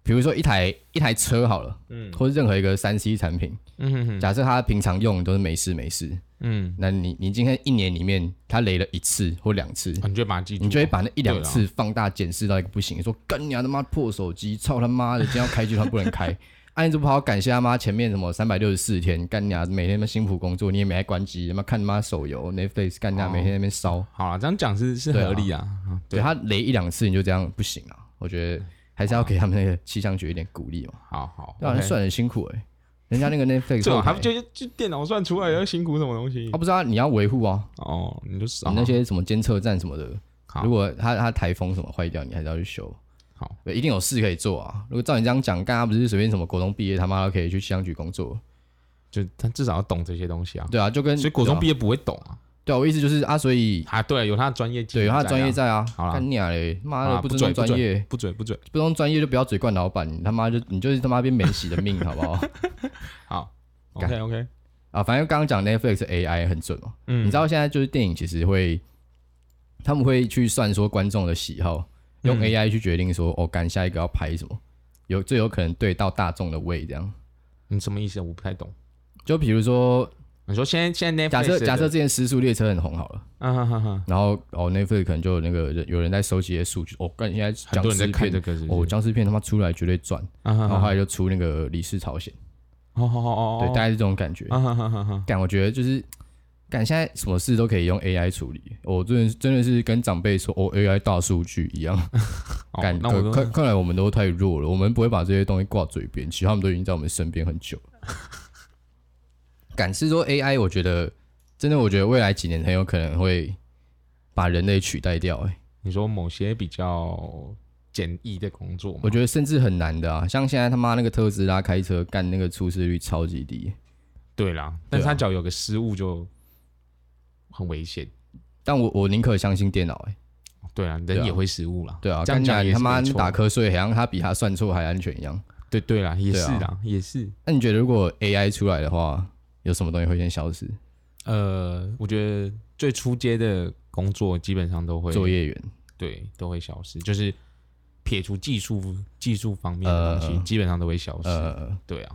Speaker 1: 比如说一台一台车好了，
Speaker 2: 嗯
Speaker 1: 或是任何一个三 C 产品，
Speaker 2: 嗯哼哼，
Speaker 1: 假设它平常用都是没事没事，
Speaker 2: 嗯，
Speaker 1: 那你你今天一年里面它雷了一次或两次，
Speaker 2: 啊你就会把它记住，
Speaker 1: 你就会把那一两
Speaker 2: 对啊
Speaker 1: 次放大检视到一个不行，说干你娘啊他妈破手机，操他妈的，今天要开机他不能 开，啊你怎么不好好感谢他妈前面什么三百六十四天，干你娘每天他妈辛苦工作，你也没来关机，他妈看他妈手游 Netflix，干你娘
Speaker 2: 哦
Speaker 1: 每天在那边烧，
Speaker 2: 好了，这样讲是是
Speaker 1: 对啊
Speaker 2: 合理啊。啊
Speaker 1: 对他雷一两次你就这样不行啊，我觉得还是要给他们那个气象局一点鼓励嘛，
Speaker 2: 好好，
Speaker 1: 对啊，
Speaker 2: OK
Speaker 1: 那算很辛苦哎、人家那个 Netflix
Speaker 2: 这种
Speaker 1: 后
Speaker 2: 还
Speaker 1: 台
Speaker 2: 不，就就电脑算出来要辛苦什么东西
Speaker 1: 他？不知道你要维护啊，
Speaker 2: 哦，你就少
Speaker 1: 你那些什么监测站什么的，
Speaker 2: 好
Speaker 1: 如果它它台风什么坏掉，你还是要去修。
Speaker 2: 好，
Speaker 1: 对，一定有事可以做啊。如果照你这样讲，干他不是随便什么国中毕业他妈都可以去气象局工作？
Speaker 2: 就他至少要懂这些东西啊。
Speaker 1: 对啊，就跟
Speaker 2: 所以国中毕
Speaker 1: 业，
Speaker 2: 业不会懂啊。
Speaker 1: 对啊，我意思就是啊，所以
Speaker 2: 啊，对，有他的专业技能
Speaker 1: 对有他的
Speaker 2: 在啊
Speaker 1: 专业在啊，
Speaker 2: 好啦
Speaker 1: 干你啊嘞，妈的
Speaker 2: 啊
Speaker 1: 不
Speaker 2: 不
Speaker 1: 尊
Speaker 2: 准
Speaker 1: 重专业，
Speaker 2: 不准不准。
Speaker 1: 不尊重专业就不要嘴惯老板，你他妈就你就是他妈变免洗的命好不 好？
Speaker 2: 好
Speaker 1: 干
Speaker 2: ，OK OK，
Speaker 1: 啊，反正刚刚讲 Netflix AI 很准嘛，
Speaker 2: 嗯
Speaker 1: 你知道现在就是电影其实会他们会去算说观众的喜好，用
Speaker 2: 嗯
Speaker 1: AI 去决定说哦，干下一个要拍什么，有最有可能对到大众的胃这样。
Speaker 2: 你什么意思？我不太懂。
Speaker 1: 就比如说，
Speaker 2: 你说现在现在 Netflix
Speaker 1: 假设
Speaker 2: 的
Speaker 1: 假设，之前《时速列车》很红好了。
Speaker 2: 嗯哈哈哈，
Speaker 1: 然后哦，Netflix 可能就有那个人有人在收集一些数据，哦，干现在
Speaker 2: 很
Speaker 1: 僵
Speaker 2: 多人在
Speaker 1: 尸
Speaker 2: 看
Speaker 1: 片
Speaker 2: 这，个是
Speaker 1: 哦，
Speaker 2: 不是，
Speaker 1: 僵尸片他妈出来绝对赚，
Speaker 2: 嗯哈
Speaker 1: 然后后
Speaker 2: 哈，哦
Speaker 1: 来就出那个《李氏朝鲜》，
Speaker 2: 好好好好，
Speaker 1: 哦对，大概是这种感觉。
Speaker 2: 啊哈哈哈哈，
Speaker 1: 感我觉得就是，感现在什么事都可以用 AI 处理，我、真的真的是跟长辈说，哦，AI 大数据一样，
Speaker 2: 哦
Speaker 1: 感
Speaker 2: 那我
Speaker 1: 看
Speaker 2: 就
Speaker 1: 看看来我们都太弱了，我们不会把这些东西挂嘴边，其实他们都已经在我们身边很久了。感是说 AI，我觉得真的，我觉得未来几年很有可能会把人类取代掉、欸，
Speaker 2: 你说某些比较简易的工作嘛，
Speaker 1: 我觉得甚至很难的啊，像现在他妈那个特斯拉开车干那个出事率超级低，
Speaker 2: 对啦，但是他只要有个失误就很危险。
Speaker 1: 但我我宁可相信电脑哎、欸，
Speaker 2: 对啊，
Speaker 1: 对啊
Speaker 2: 人也会失误啦。
Speaker 1: 对啊，
Speaker 2: 这样
Speaker 1: 干
Speaker 2: 讲
Speaker 1: 你
Speaker 2: 也
Speaker 1: 他
Speaker 2: 是
Speaker 1: 妈
Speaker 2: 没错
Speaker 1: 打瞌睡，好像他比他算错还安全一样。
Speaker 2: 对对啦，也
Speaker 1: 对
Speaker 2: 是
Speaker 1: 啊
Speaker 2: 啦，也是。
Speaker 1: 那你觉得如果 AI 出来的话，有什么东西会先消失？
Speaker 2: 呃，我觉得最初阶的工作基本上都会
Speaker 1: 作业员，
Speaker 2: 对都会消失，就是撇除技术技术方面的东西，
Speaker 1: 呃
Speaker 2: 基本上都会消失。
Speaker 1: 呃，
Speaker 2: 对啊，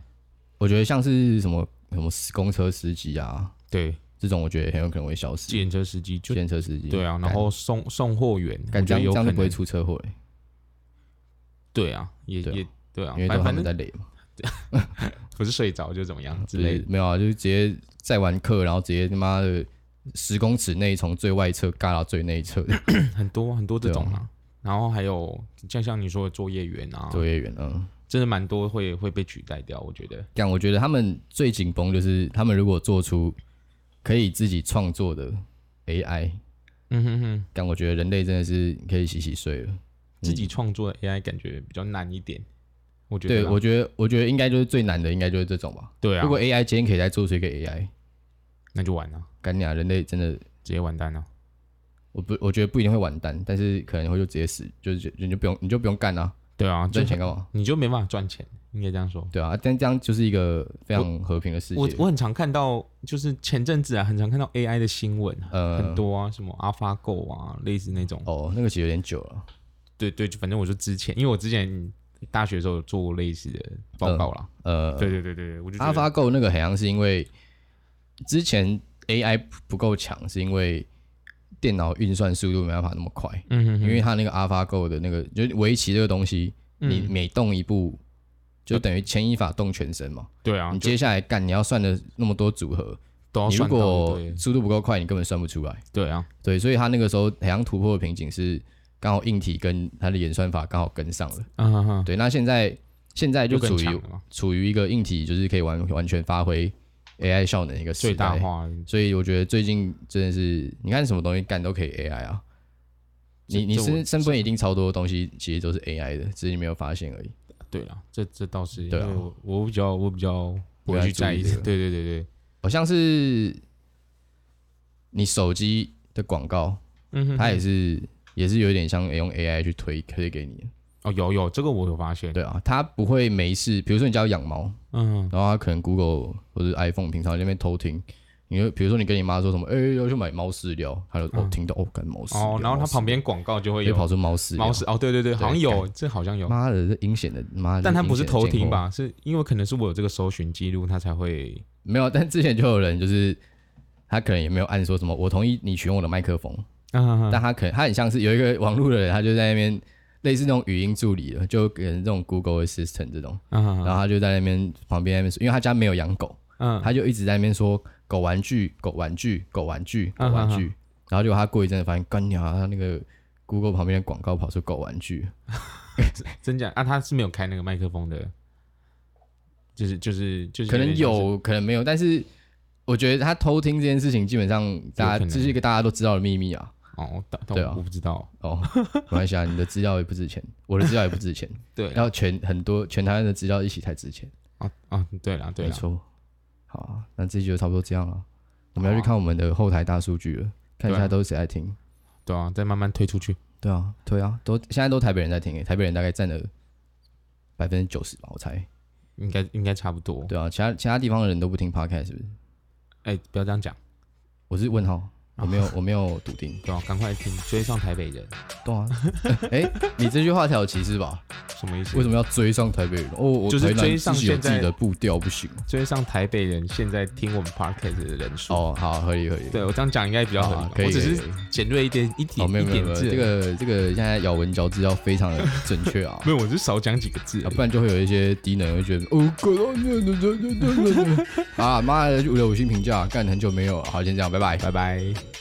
Speaker 1: 我觉得像是什么什么公车司机啊，
Speaker 2: 对，
Speaker 1: 这种我觉得很有可能会消失。
Speaker 2: 计程车司机就
Speaker 1: 电车司机，
Speaker 2: 对啊，
Speaker 1: 干
Speaker 2: 然后送送货员，我
Speaker 1: 干这
Speaker 2: 觉得
Speaker 1: 样
Speaker 2: 有
Speaker 1: 这样
Speaker 2: 可
Speaker 1: 就不会
Speaker 2: 能。
Speaker 1: 出车祸、欸，
Speaker 2: 对啊，也
Speaker 1: 对啊
Speaker 2: 也对啊，
Speaker 1: 因为
Speaker 2: 反
Speaker 1: 都他
Speaker 2: 反
Speaker 1: 们
Speaker 2: 正
Speaker 1: 在累嘛，
Speaker 2: 不是睡着就怎么样之
Speaker 1: 之类
Speaker 2: 类
Speaker 1: 的
Speaker 2: 的。
Speaker 1: 没有啊，就是直接在完课，然后直接他妈的十公尺内从最外侧尬到最内侧的。
Speaker 2: 很多很多这
Speaker 1: 对啊
Speaker 2: 种啦。然后还有像像你说的作业员啊，
Speaker 1: 作业员，嗯，
Speaker 2: 真的蛮多会会被取代掉，我觉得。
Speaker 1: 但我觉得他们最紧绷就是他们如果做出可以自己创作的 AI，
Speaker 2: 嗯哼哼，
Speaker 1: 但我觉得人类真的是可以洗洗睡了。嗯
Speaker 2: 自己创作的 AI 感觉比较难一点，我觉得啊
Speaker 1: 对，
Speaker 2: 啦。
Speaker 1: 我觉得我觉得应该就是最难的，应该就是这种吧。
Speaker 2: 对啊，
Speaker 1: 如果 AI 今天可以再做出一个 AI，
Speaker 2: 那就完了，
Speaker 1: 干你啊，人类真的，
Speaker 2: 直接完蛋了。
Speaker 1: 我不我觉得不一定会完蛋，但是可能会就直接死，就是你就不用你就不用干啊，
Speaker 2: 对啊，就
Speaker 1: 赚钱干嘛？
Speaker 2: 你就没办法赚钱，应该这样说。
Speaker 1: 对啊，但这样就是一个非常和平的世界。
Speaker 2: 我我很常看到，就是前阵子啊，很常看到 AI 的新闻啊，
Speaker 1: 呃
Speaker 2: 很多啊，什么 AlphaGo 啊，类似那种。
Speaker 1: 哦，那个其实有点久了，
Speaker 2: 对对，就反正我就之前，因为我之前大学的时候有做过类似的报告啦。
Speaker 1: 呃，
Speaker 2: 对对对对对，我就觉得
Speaker 1: AlphaGo 那个好像是因为之前 AI 不够强，是因为电脑运算速度没办法那么快，
Speaker 2: 嗯哼哼，
Speaker 1: 因为它那个 AlphaGo 的那个就是围棋这个东西，你
Speaker 2: 嗯
Speaker 1: 每动一步就等于牵一发动全身嘛。
Speaker 2: 对啊，
Speaker 1: 你
Speaker 2: 就
Speaker 1: 接下来干你要算的那么多组合，
Speaker 2: 都要
Speaker 1: 你如
Speaker 2: 算到
Speaker 1: 果
Speaker 2: 对
Speaker 1: 速度不够快，你根本算不出来。
Speaker 2: 对啊，
Speaker 1: 对，所以他那个时候好像突破的瓶颈是刚好硬体跟它的演算法刚好跟上了。
Speaker 2: 嗯哼哼，
Speaker 1: 对，那现在现在就
Speaker 2: 更
Speaker 1: 处
Speaker 2: 强
Speaker 1: 于
Speaker 2: 了嘛，
Speaker 1: 处于一个硬体就是可以完完全发挥 AI 效能的一个时
Speaker 2: 最大
Speaker 1: 代。
Speaker 2: 化，
Speaker 1: 所以我觉得最近真的是，你看什么东西干都可以 AI 啊。
Speaker 2: 这
Speaker 1: 你你
Speaker 2: 这我
Speaker 1: 身身边一定超多东西，其实都是 AI 的，只是你没有发现而已。
Speaker 2: 对啊，这这倒是，因
Speaker 1: 对啊
Speaker 2: 为我我比较我比较
Speaker 1: 不
Speaker 2: 不会
Speaker 1: 太
Speaker 2: 去在意，
Speaker 1: 注意这
Speaker 2: 对
Speaker 1: 个
Speaker 2: 对对对，
Speaker 1: 好像是你手机的广告，
Speaker 2: 嗯哼
Speaker 1: 它也是也是有点像用 AI 去推推给你。
Speaker 2: 哦有有这个我有发现，
Speaker 1: 对啊，它不会没事，比如说你家有养猫，
Speaker 2: 嗯，
Speaker 1: 然后它可能 Google 或者 iPhone 平常在那边偷听。你就比如说你跟你妈说什么，哎、要去买猫饲料，它就哦
Speaker 2: 嗯
Speaker 1: 听到哦干猫饲料，
Speaker 2: 哦，然后它
Speaker 1: 猫饲
Speaker 2: 旁边广告就会
Speaker 1: 料就
Speaker 2: 有
Speaker 1: 跑出猫饲料，
Speaker 2: 猫是哦，对对对，好像
Speaker 1: 对
Speaker 2: 有，这好像有，
Speaker 1: 妈的，这阴险的妈！
Speaker 2: 但
Speaker 1: 他
Speaker 2: 它不是偷听？吧？是因为可能是我有这个搜寻记录，它 才会
Speaker 1: 没有，但之前就有人就是他可能也没有按说什么，我同意你取用我的麦克风，
Speaker 2: 啊
Speaker 1: 但他可能他很像是有一个网络的人，他就在那边类似那种语音助理了，就可能这种 Google Assistant 这种，
Speaker 2: 啊
Speaker 1: 然后他就在那边旁边那边说，因为他家没有养狗，
Speaker 2: 嗯，
Speaker 1: 他就一直在那边说狗玩具、狗玩具、狗玩具、
Speaker 2: 嗯
Speaker 1: 狗玩具，然后结果他过一阵子发现，干鸟啊，他那个 Google 旁边的广告跑出狗玩具，
Speaker 2: 真假啊？他是没有开那个麦克风的，就是就是就是，
Speaker 1: 可能，有可能没有，但是我觉得他偷听这件事情，基本上大
Speaker 2: 有可
Speaker 1: 家
Speaker 2: 能
Speaker 1: 这是一个大家都知道的秘密啊。
Speaker 2: 哦，但
Speaker 1: 对
Speaker 2: 但
Speaker 1: 啊
Speaker 2: 我不知道，
Speaker 1: 哦， 没关系啊，你的资料也不值钱，我的资料也不值钱，
Speaker 2: 对
Speaker 1: 要全很多全台湾的资料一起才值钱。
Speaker 2: 啊啊，对了对
Speaker 1: 没
Speaker 2: 了，
Speaker 1: 错。好啊，那这集就差不多这样了。我们
Speaker 2: 好啊
Speaker 1: 要去看我们的后台大数据了，看一
Speaker 2: 对
Speaker 1: 下
Speaker 2: 啊
Speaker 1: 都是谁在听。
Speaker 2: 对啊，再慢慢推出去，
Speaker 1: 对啊，对啊，都现在都台北人在听诶，欸台北人大概占了百分之九十吧，我猜。
Speaker 2: 应该应该差不多。
Speaker 1: 对啊，其他其他地方的人都不听 podcast 是不是？
Speaker 2: 哎，不要这样讲，
Speaker 1: 我是问号，我没有 我没有笃定。
Speaker 2: 对啊，赶快听，追上台北人，
Speaker 1: 对啊， 哎、你这句话才有歧视吧？
Speaker 2: 什么意思？
Speaker 1: 为什么要追上台北人？哦，我
Speaker 2: 就是
Speaker 1: 台南
Speaker 2: 追上
Speaker 1: 自己有
Speaker 2: 现在
Speaker 1: 自己的步调不行。
Speaker 2: 追上台北人现在听我们 podcast 的人数？
Speaker 1: 哦，好，合理合理。
Speaker 2: 对我这样讲应该比较合理
Speaker 1: 啊
Speaker 2: 吧，
Speaker 1: 可以
Speaker 2: 我只
Speaker 1: 可以
Speaker 2: 是简略一点一
Speaker 1: 哦，
Speaker 2: 点
Speaker 1: 没
Speaker 2: 一
Speaker 1: 有没有
Speaker 2: 点
Speaker 1: 没有，
Speaker 2: 字而已，，
Speaker 1: 这个这个现在咬文嚼字要非常的准确啊
Speaker 2: 没有，我就少讲几个字
Speaker 1: 啊
Speaker 2: 而已。
Speaker 1: 不然就会有一些低能会觉得哦，狗哦那那那那那那那啊妈的，五六五星评价，干很久没有，好，先这样，拜拜。
Speaker 2: 拜拜。